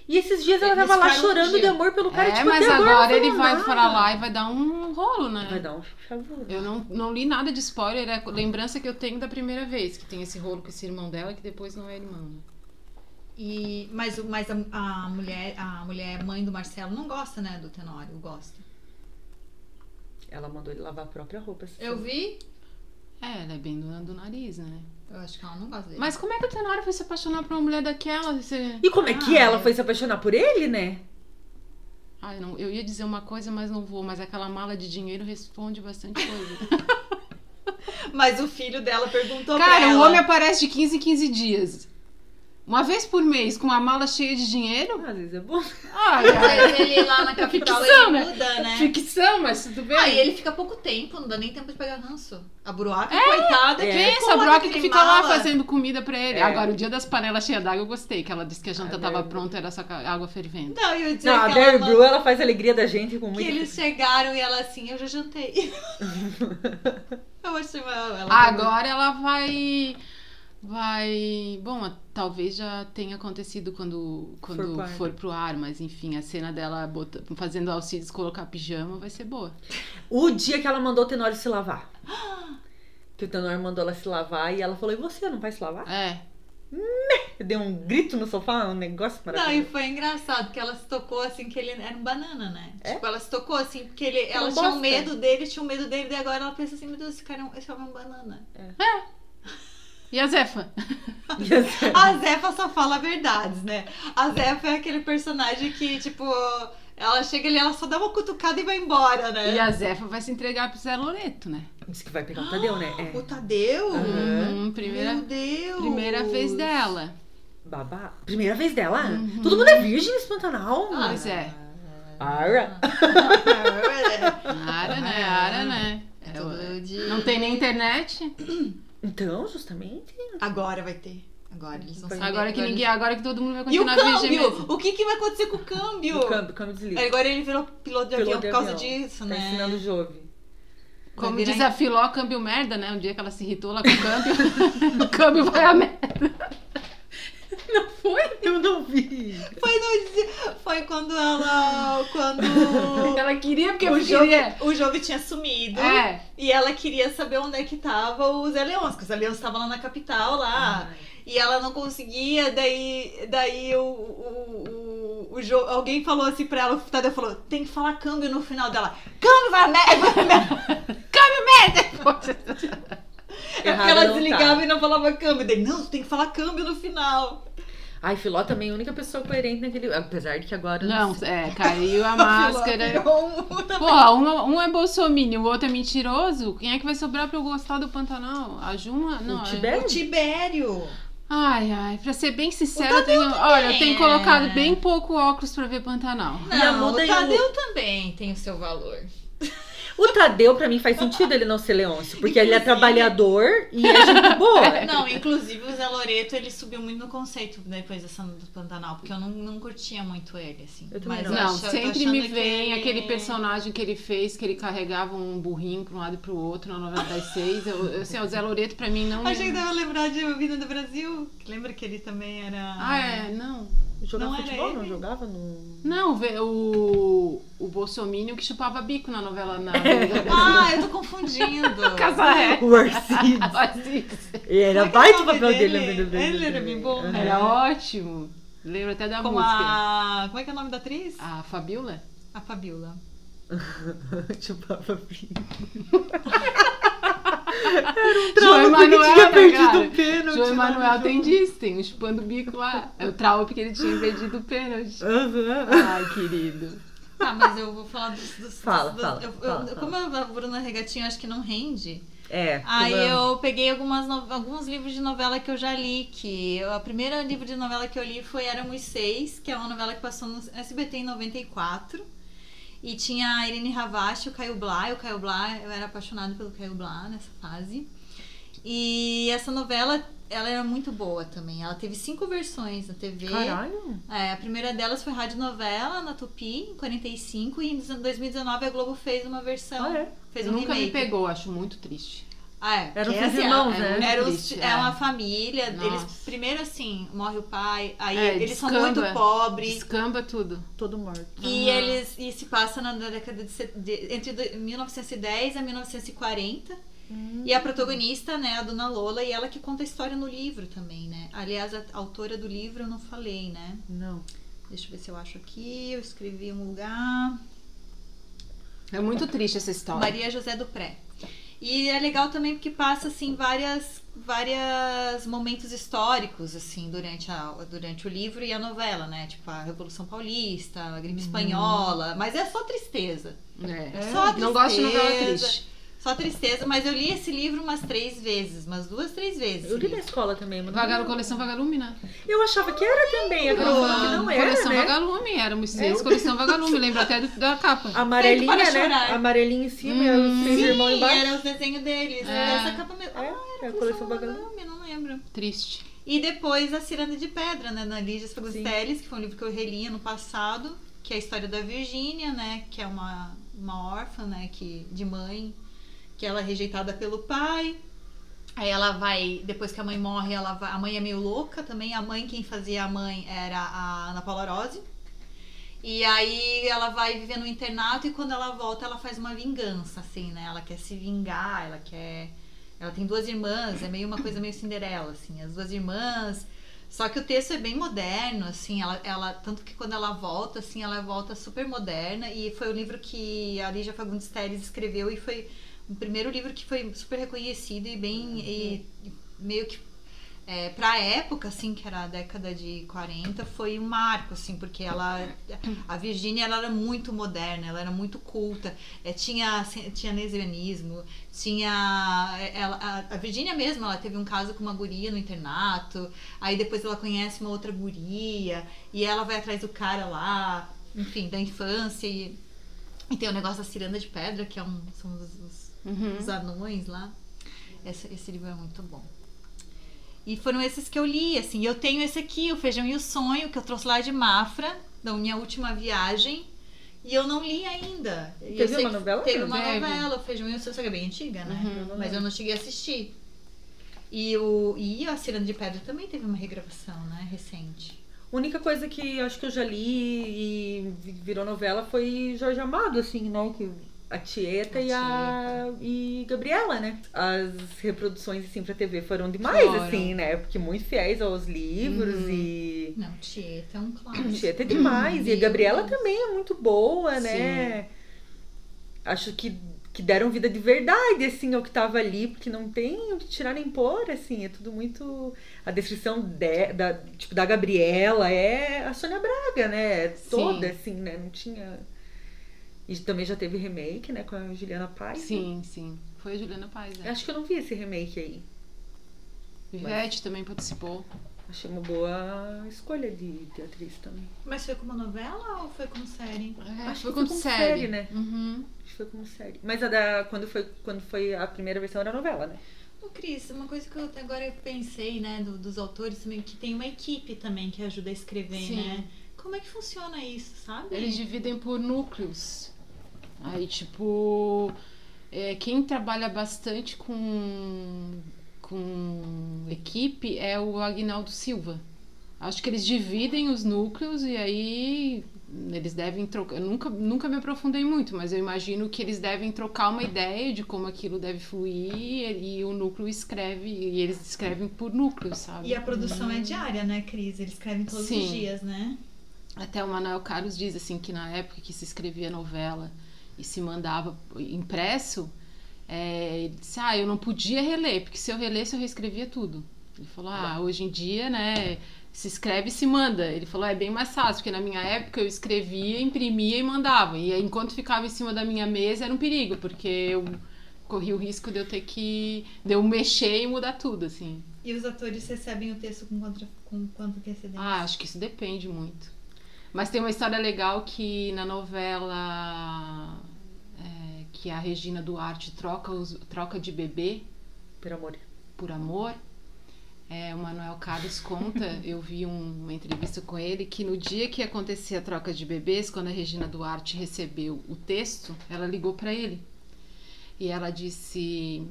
E esses dias ela Eles tava lá ficaram um chorando dia. de amor pelo cara. é, tipo, mas até agora, agora não ele falou vai nada. pra lá e vai dar um rolo, né? Vai dar um favor. Eu não, não li nada de spoiler, é a lembrança que eu tenho da primeira vez, que tem esse rolo com esse irmão dela, que depois não é irmão. né? E, mas o- mas a, a mulher, a mulher mãe do Marcelo não gosta, né, do Tenório, gosta. Ela mandou ele lavar a própria roupa. essa Eu vi, É, ela é bem do, do nariz, né? eu acho que ela não gosta dele. Mas como é que o Tenório foi se apaixonar por uma mulher daquela? Você... E como é que Ah, ela é. foi se apaixonar por ele, né? Ai, não, eu ia dizer uma coisa, mas não vou, mas aquela mala de dinheiro responde bastante coisa. Mas o filho dela perguntou pra Cara, o ela. homem é aparece de 15 em 15 dias. Uma vez por mês, com uma mala cheia de dinheiro? Às vezes é bom. Ai, ai. é Mas ele lá na capital Ficção, ele né? muda, né? Ficção, mas tudo bem. Aí ele fica pouco tempo, não dá nem tempo de pegar ranço. A broaca, coitada, É. Quem que é essa broca que fica lá fazendo comida pra ele? É. Agora, o dia das panelas cheias d'água, eu gostei, que ela disse que a janta Ah, tava verdade. pronta, era só ca- água fervendo. Não, Então, eu disse Não, a que, Barry ela mandou- é Brew, ela faz a alegria da gente com que muito... eles chegaram e ela assim, eu já jantei. eu achei uma... ela tá Agora ela vai. Vai. Bom, a- talvez já tenha acontecido quando, quando For for, pro pro ar. ar, mas enfim, a cena dela bota- fazendo Alcides colocar pijama vai ser boa. O dia que ela mandou o Tenório se lavar. Que o Tenório mandou ela se lavar e ela falou, e você, não vai se lavar? É. Deu um grito no sofá, um negócio Não, e maravilhoso. foi engraçado que ela se tocou assim, que ele era um banana, né? É? Tipo, ela se tocou assim, porque ele, Era ela um tinha um bosta. medo dele, tinha um medo dele, e agora ela pensa assim, meu Deus, esse cara é um, esse homem é um banana. E a Zefa? E assim, A Zefa só fala verdades, né? A Zefa é aquele personagem que, tipo, ela chega ali, ela só dá uma cutucada e vai embora, né? E a Zefa vai se entregar pro Zé Loreto, né? Disse que vai pegar o Tadeu, né? O É. Tadeu? Uhum. Hum, primeira, Meu Deus! primeira vez dela. Babá. Primeira vez dela? Todo mundo é virgem nesse Pantanal? Uhum. Ah. Pois é. Ara. Ara, né? Ara, né? É É, ué. tudo de... Não tem nem internet? Então, justamente. Agora vai ter. Agora eles vão Agora saber. Agora que ninguém, agora que todo mundo vai E o continuar virgem mesmo. câmbio? O que, que vai acontecer com o câmbio? O câmbio, o câmbio desliga. Agora ele virou piloto de avião Piloto por de causa avião. disso, Tá né? ensinando o Jove. Como Vai virar diz a Filó, câmbio merda, né? Um dia que ela se irritou lá com o câmbio, o câmbio vai a merda. Não foi? foi? Eu não vi. Foi, no dia- foi quando ela. Quando. Ela queria porque o eu jogo, queria. o jogo tinha sumido. É. E ela queria saber onde é que tava o Zé Leôncio, porque o Zé Leôncio tava lá na capital lá. E ela não conseguia, daí, daí o, o, o, o jogo. Alguém falou assim pra ela, o Tadeu falou, tem que falar câmbio no final dela. Câmbio vai né?" merda! Câmbio merda! É porque Errado ela não tá. desligava e não falava câmbio. Daí, não, tem que falar câmbio no final. Ai, Filó também é a única pessoa coerente naquele. Apesar de que agora. eu Não, sei. é, caiu a Filó máscara. virou um- Porra, um, um é bolsominion, o outro é mentiroso. Quem é que vai sobrar pra eu gostar do Pantanal? A Juma? Não, o é- Tibério? O Tibério. Ai, ai, pra ser bem sincero, O eu tenho. Olha, eu também tenho é. colocado bem pouco óculos pra ver Pantanal. E a Não, o Muda e o- Tadeu também tem o seu valor. O Tadeu, pra mim, faz sentido ele não ser Leôncio, porque ele é Inclusive. trabalhador e é gente boa. Não, inclusive o Zé Loreto, ele subiu muito no conceito depois dessa do Pantanal, porque eu não, não curtia muito ele, assim. Eu também Mas não. eu Não, acho- eu tô sempre achando me que vem ele- aquele personagem que ele fez, que ele carregava um burrinho pra um lado e pro outro na novela das seis. Eu, eu, assim, o Zé Loreto pra mim não. Achei que dava lembrar de Vida do Brasil. que Lembra que ele também era. Ah, é, não. Jogava Não era futebol, ele? não jogava? Não. Não, vê- o, o Bolsominion que chupava bico na novela na Ah, eu tô confundindo. Casaré. O Arcides. assim. Ele Como era é que baita é o o papel nome dele. dele? eu lembro Ele era bem bom, né? Era ótimo. Lembro até da Com música. Ah. a. Como é que é o nome da atriz? A Fabiola? A Fabiola. Chupava bico. João Trauma porque Emanuel, um tinha né, perdido cara? o pênalti. né? João lá Emanuel no tem jogo. disso, tem um chupando o bico lá. É o trauma porque ele tinha perdido o pênalti. Aham. Ai, querido. Tá, mas eu vou falar dos. dos- Fala, dos- fala, eu- eu- fala, fala. Como a Bruna Regatinho acho que não rende. É. Aí vamos. eu peguei algumas no- alguns livros de novela que eu já li, que eu- a primeira livro de novela que eu li foi Éramos Seis, que é uma novela que passou no SBT em 94. E tinha a Irene Ravache, o Caio Blá, e o Caio Blá, eu era apaixonada pelo Caio Blá nessa fase. E essa novela, ela era muito boa também. Ela teve cinco versões na TV. Caralho. É, a primeira delas foi rádio novela na Tupi, em 45, e em 2019 a Globo fez uma versão, Ah, é? fez um Nunca me remake. pegou, acho muito triste. Ah, é. Eram que seis assim, irmãos, é- né? Era os- Triste, é é. uma família. Nossa. Eles primeiro assim, morre o pai, aí É, eles são descamba. muito pobres. Escamba tudo. Todo morto. E Aham. eles e se passa na década de, set- de- entre do- 1910 a 1940. E a protagonista, né, a dona Lola, e ela que conta a história no livro também, né? Aliás, a autora do livro eu não falei, né? Não. Deixa eu ver se eu acho aqui. Eu escrevi em um lugar. É muito triste essa história. Maria José do Pré. E é legal também porque passa assim várias várias momentos históricos assim durante a, durante o livro e a novela, né? Tipo a Revolução Paulista, a gripe espanhola, mas é só tristeza. É. Só a Não gosto de novela tristeza. triste. Só tristeza, mas eu li esse livro umas três vezes, umas duas, três vezes. Eu li na escola também, mas não- Vagalume, coleção Vagalume, né? Eu achava que era também, agora eu falo que não era, coleção né? Vagalume, éramos seis, coleção Vagalume, lembro até do- da capa. Amarelinha, Feito para né? chorar. Amarelinha em cima e os seis irmãos Sim, um embaixo. era os desenhos deles. É. Essa capa mesmo. Ah, É, a coleção bacana. não, não lembro. Triste. E depois a Ciranda de Pedra, né, na Lígia Fagundes que foi um livro que eu relia no passado, que é a história da Virgínia, né, que é uma, uma órfã, né, que, de mãe, que ela é rejeitada pelo pai. Aí ela vai, depois que a mãe morre, ela vai, a mãe é meio louca também, a mãe, quem fazia a mãe era a Ana Paula Rose. E aí ela vai viver no internato e quando ela volta, ela faz uma vingança, assim, né, ela quer se vingar, ela quer... Ela tem duas irmãs, é meio uma coisa meio Cinderela, assim, as duas irmãs. Só que o texto é bem moderno, assim, ela, ela tanto que quando ela volta, assim, ela volta super moderna e foi o livro que a Lígia Fagundes Teres escreveu e foi o primeiro livro que foi super reconhecido e bem e, e meio que é, pra época, assim, que era a década de 40, foi um marco, assim, porque ela. A Virgínia ela era muito moderna, ela era muito culta. É, tinha, tinha lesbianismo, tinha. é, Ela, a, a Virgínia mesmo, ela teve um caso com uma guria no internato, aí depois ela conhece uma outra guria, e ela vai atrás do cara lá, enfim, da infância. E, e tem o negócio da ciranda de pedra, que é um, são os, os- Uhum. os anões lá. Essa- esse livro é muito bom. E foram esses que eu li, assim. Eu tenho esse aqui, O Feijão e o Sonho, que eu trouxe lá de Mafra, da minha última viagem. E eu não li ainda. E Teve eu sei uma que novela? Teve uma Teve. novela, O Feijão e o Sonho, só que é bem antiga, né? Uhum. Mas eu não cheguei a assistir. E, o, e a Ciranda de Pedra também teve uma regravação, né? Recente. única coisa que acho que eu já li e vi- virou novela foi Jorge Amado, assim, né? Que a Tieta, A e a e Gabriela, né? As reproduções, assim, pra TV foram demais, Foram. assim, né? Porque muito fiéis aos livros Uhum. e. Não, Tieta é um A clássico. Tieta é demais. E a Meu Gabriela Deus. também é muito boa, né? Acho que, que deram vida de verdade, assim, ao que tava ali, porque não tem o que tirar nem pôr, assim, é tudo muito. A descrição de- da, tipo, da Gabriela é a Sônia Braga, né? É Toda, Sim. assim, né? Não tinha. E também já teve remake, né, com a Juliana Paz. Sim, sim. Foi a Juliana Paz, né? Acho que eu não vi esse remake aí. Ivete também participou. Achei uma boa escolha de, de atriz também. Mas foi como novela ou foi como série? Acho É, foi que foi como como série. série, né? Uhum. Acho que foi como série. Mas a da, quando, foi, quando foi a primeira versão era novela, né? Ô, Cris, uma coisa que eu até agora pensei, né, do- dos autores também, que tem uma equipe também que ajuda a escrever, Sim. né? Como é que funciona isso, sabe? Eles dividem por núcleos. Aí, tipo, é, quem trabalha bastante com, com equipe é o Agnaldo Silva. Acho que eles dividem os núcleos e aí eles devem trocar. Eu nunca, nunca me aprofundei muito, mas eu imagino que eles devem trocar uma ideia de como aquilo deve fluir e, e o núcleo escreve, e eles escrevem por núcleos, sabe? E a produção é diária, né, Cris? Eles escrevem todos Sim. os dias, né? Até o Manuel Carlos diz assim que na época que se escrevia novela e se mandava impresso, é, ele disse, ah, eu não podia reler, porque se eu relesse eu reescrevia tudo. Ele falou, ah, hoje em dia, né, se escreve e se manda. Ele falou, é bem mais fácil, porque na minha época eu escrevia, imprimia e mandava. E aí, enquanto ficava em cima da minha mesa era um perigo, porque eu corri o risco de eu ter que... de eu mexer e mudar tudo, assim. E os atores recebem o texto com, contra, com quanto é antecedência? Ah, acho que isso depende muito. Mas tem uma história legal que na novela é, que a Regina Duarte troca, os, troca de bebê Por amor. por amor. É, o Manuel Carlos conta, eu vi um- uma entrevista com ele, que no dia que acontecia a troca de bebês, quando a Regina Duarte recebeu o texto, ela ligou para ele. E ela disse: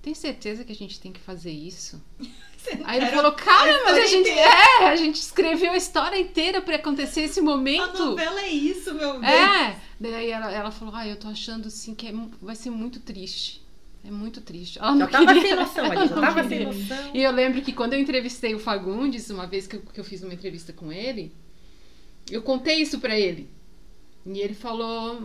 Tem certeza que a gente tem que fazer isso? Aí ele Era falou, cara, mas a história gente, inteira." é, a gente escreveu a história inteira pra acontecer esse A momento. novela é isso, meu bem. É. Daí ela, ela falou, ah, eu tô achando assim que é mu- vai ser muito triste. É muito triste. Ela Já não tava queria. sem noção ali, já Não tava sem queria. noção. E eu lembro que quando eu entrevistei o Fagundes, uma vez que eu, que eu fiz uma entrevista com ele, eu contei isso pra ele. E ele falou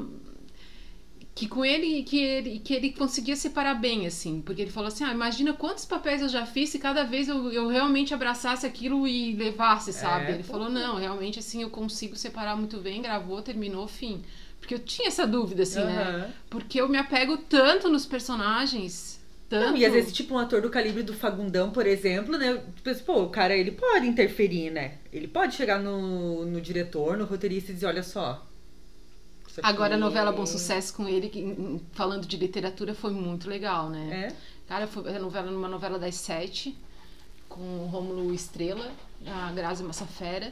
que com ele que ele que ele conseguia separar bem assim, porque ele falou assim: "Ah, imagina quantos papéis eu já fiz se cada vez eu, eu realmente abraçasse aquilo e levasse, É, sabe?" ele pô. falou: "Não, realmente assim eu consigo separar muito bem, gravou, terminou, fim." Porque eu tinha essa dúvida assim, né? Aham. Porque eu me apego tanto nos personagens, tanto. Não, e às vezes, tipo, um ator do calibre do Fagundão, por exemplo, né? tu pensa, Pô, o cara, ele pode interferir, né? Ele pode chegar no, no diretor, no roteirista e dizer, olha só. isso aqui Agora a novela Bom é- Sucesso com ele, que, em- em- falando de literatura, foi muito legal, né? É. Cara, foi a novela numa novela das sete, com o Rômulo Estrela, a Grazi Massafera,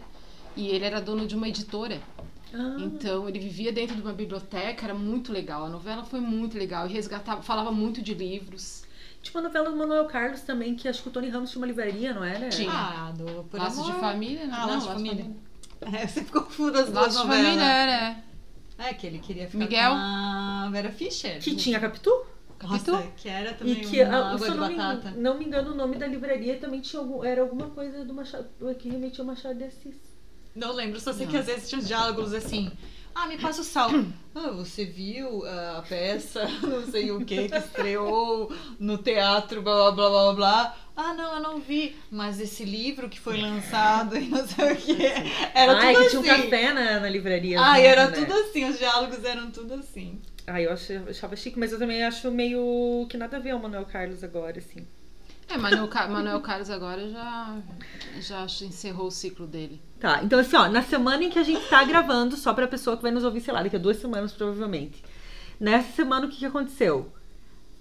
e ele era dono de uma editora. Ah. Ah, Então ele vivia dentro de uma biblioteca, era muito legal. A novela foi muito legal. E resgatava, falava muito de livros. Tipo, a novela do Manuel Carlos também, que acho que o Tony Ramos tinha uma livraria, não é, né? era? Tinha. Ah, do Por Laços Amor. de família, né? Ah, Laços de Laços Família. É, você ficou confusa as duas Laços de família, novelas. era. é. É, que ele queria ficar Miguel. com a Vera Fischer. né? Que tinha Capitu? Nossa, que era também E que, uma ah, água se eu de não me, batata. engano, não me engano, o nome da livraria também tinha algum, era alguma coisa do Machado, que remetia ao Machado de Assis. Não lembro, só sei Não. que às vezes tinha uns diálogos assim. Ah, me passa o sal. Ah, você viu ah, a peça, não sei o que, que estreou no teatro, blá blá blá blá blá. Ah, não, eu não vi. Mas esse livro que foi lançado e não sei o que. Era Ai, tudo que assim. tinha um café na, na livraria. Ai, junto, era né? tudo assim, os diálogos eram tudo assim. Ah, eu ach- achava chique, mas eu também acho meio que nada a ver o Manuel Carlos agora, assim. É, Manuel, Ca- Manuel Carlos agora já, já encerrou o ciclo dele. Tá, então assim, ó, na semana em que a gente tá gravando, só pra pessoa que vai nos ouvir, sei lá, daqui a duas semanas provavelmente. Nessa semana, o que, que aconteceu?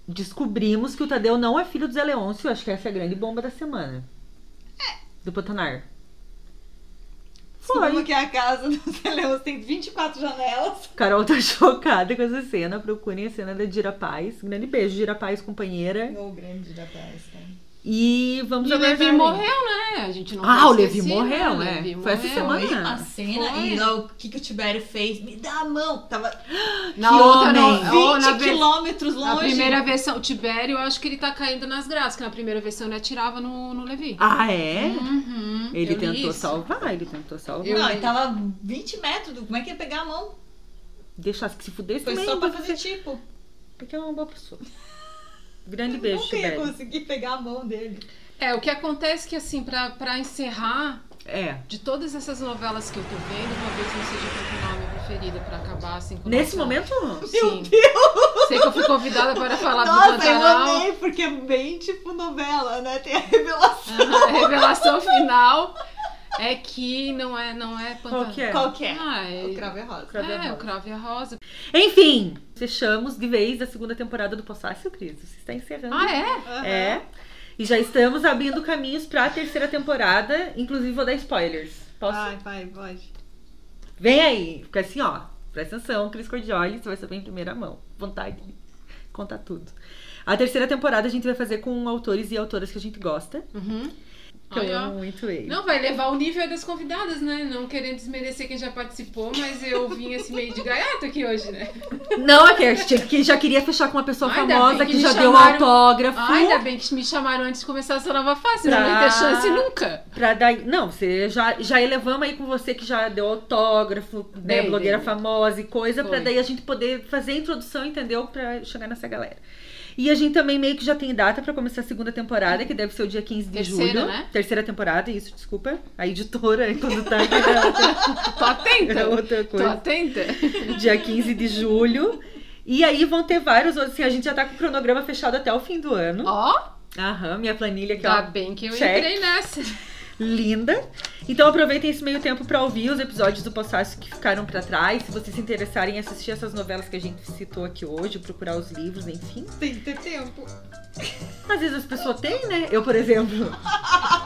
Descobrimos que o Tadeu não é filho do Zé Leôncio, acho que essa é a grande bomba da semana. Do Pantanar. Como que a casa do Celeus tem 24 janelas. Carol tá chocada com essa cena. Procurem a cena da Dira Paz. Grande beijo, Dira Paz, companheira. O grande da peça. E vamos E o aguardar Levi aí. morreu, né? A gente não Ah, pode o Levi esquecer, morreu, né? é. O Levi Foi essa morreu. semana. Foi a cena e Foi. lá, o que, que o Tibério fez? Me dá a mão! Tava Na Que outra, na- homem. ou na 20 ve- quilômetros na longe. primeira versão, o Tibério, eu acho que ele tá caindo nas graças, que na primeira versão ele atirava no, no Levi. Ah, é? Uhum, Ele eu li tentou isso. salvar, ele tentou salvar. Eu- Não, ele tava 20 metros. do- Como é que ia pegar a mão? Deixasse que se fudesse Foi também. só pra você- fazer tipo. Porque é uma boa pessoa. Grande Eu beijo, nunca ia Tibério. conseguir pegar a mão dele. É, o que acontece é que, assim, pra, pra encerrar, É. de todas essas novelas que eu tô vendo, talvez não seja Pantanal a minha preferida, pra acabar assim com o Nesse nosso- momento, Sim. Sei que eu fui convidada para falar do Nossa, eu Pantanal. amei, porque é bem tipo novela, né? Tem a revelação Aham, A revelação final é que não é, não é Pantanal. qual que é? qualquer. Ah, é. O cravo é rosa. Cravo e a é, o Rosa. Cravo e a Rosa. Enfim, fechamos de vez a segunda temporada do Possácio, Cris. Você está encerrando. Ah, é? É. E já estamos abrindo caminhos para a terceira temporada. Inclusive, vou dar spoilers. Posso? Vai, vai, pode. Vem aí. Fica assim, ó. Presta atenção, Cris Cordioli, você vai saber em primeira mão. Vontade de contar tudo. A terceira temporada a gente vai fazer com autores e autoras que a gente gosta. Uhum. Que Ai, eu ó. amo muito ele. Não, vai levar o nível das convidadas, né? Não querendo desmerecer quem já participou, mas eu vim esse meio de gaiato aqui hoje, né? Não, a Kerst, que já queria fechar com uma pessoa Ainda famosa bem que, que já me deu chamaram. autógrafo. Ah, ainda bem que me chamaram antes de começar essa nova fase, não ia Pra- ter chance nunca. Pra dar... Não, você já, já elevamos aí com você que já deu autógrafo, né, Dei, blogueira dei. famosa e coisa, pra Foi. daí a gente poder fazer a introdução, entendeu? Pra chegar nessa galera. E a gente também meio que já tem data pra começar a segunda temporada, que deve ser o dia 15 de Terceira, julho. né? Terceira temporada, isso, desculpa. A editora, quando tá aqui, é outra- Tô é atenta. outra Tô coisa. atenta. Dia 15 de julho. E aí vão ter vários outros, assim, a gente já tá com o cronograma fechado até o fim do ano. Ó, Tá Aham, minha planilha aqui, ó. ainda bem que eu entrei nessa. linda. Então aproveitem esse meio tempo pra ouvir os episódios do Possácio que ficaram pra trás. Se vocês se interessarem em assistir essas novelas que a gente citou aqui hoje, procurar os livros, enfim. Tem que ter tempo. Às vezes as pessoas têm, né? Eu, por exemplo.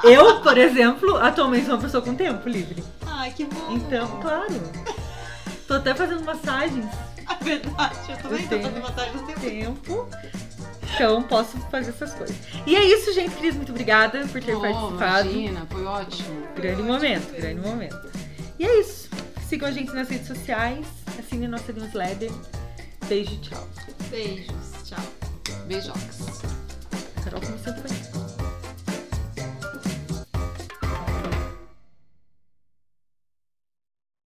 Eu, por exemplo, atualmente sou uma pessoa com tempo livre. Ai, que bom. Então, claro. Tô até fazendo massagens. É verdade, eu também Eu tô tenho. fazendo massagem no tempo. Tempo. Então posso fazer essas coisas. E é isso, gente. Cris, muito obrigada por ter Oh, participado. imagina, foi ótimo. Grande momento, grande momento. E é isso. Sigam a gente nas redes sociais, assinem nossa newsletter. Beijo e tchau. Beijos, tchau. Beijocas. Carol, como sempre, foi.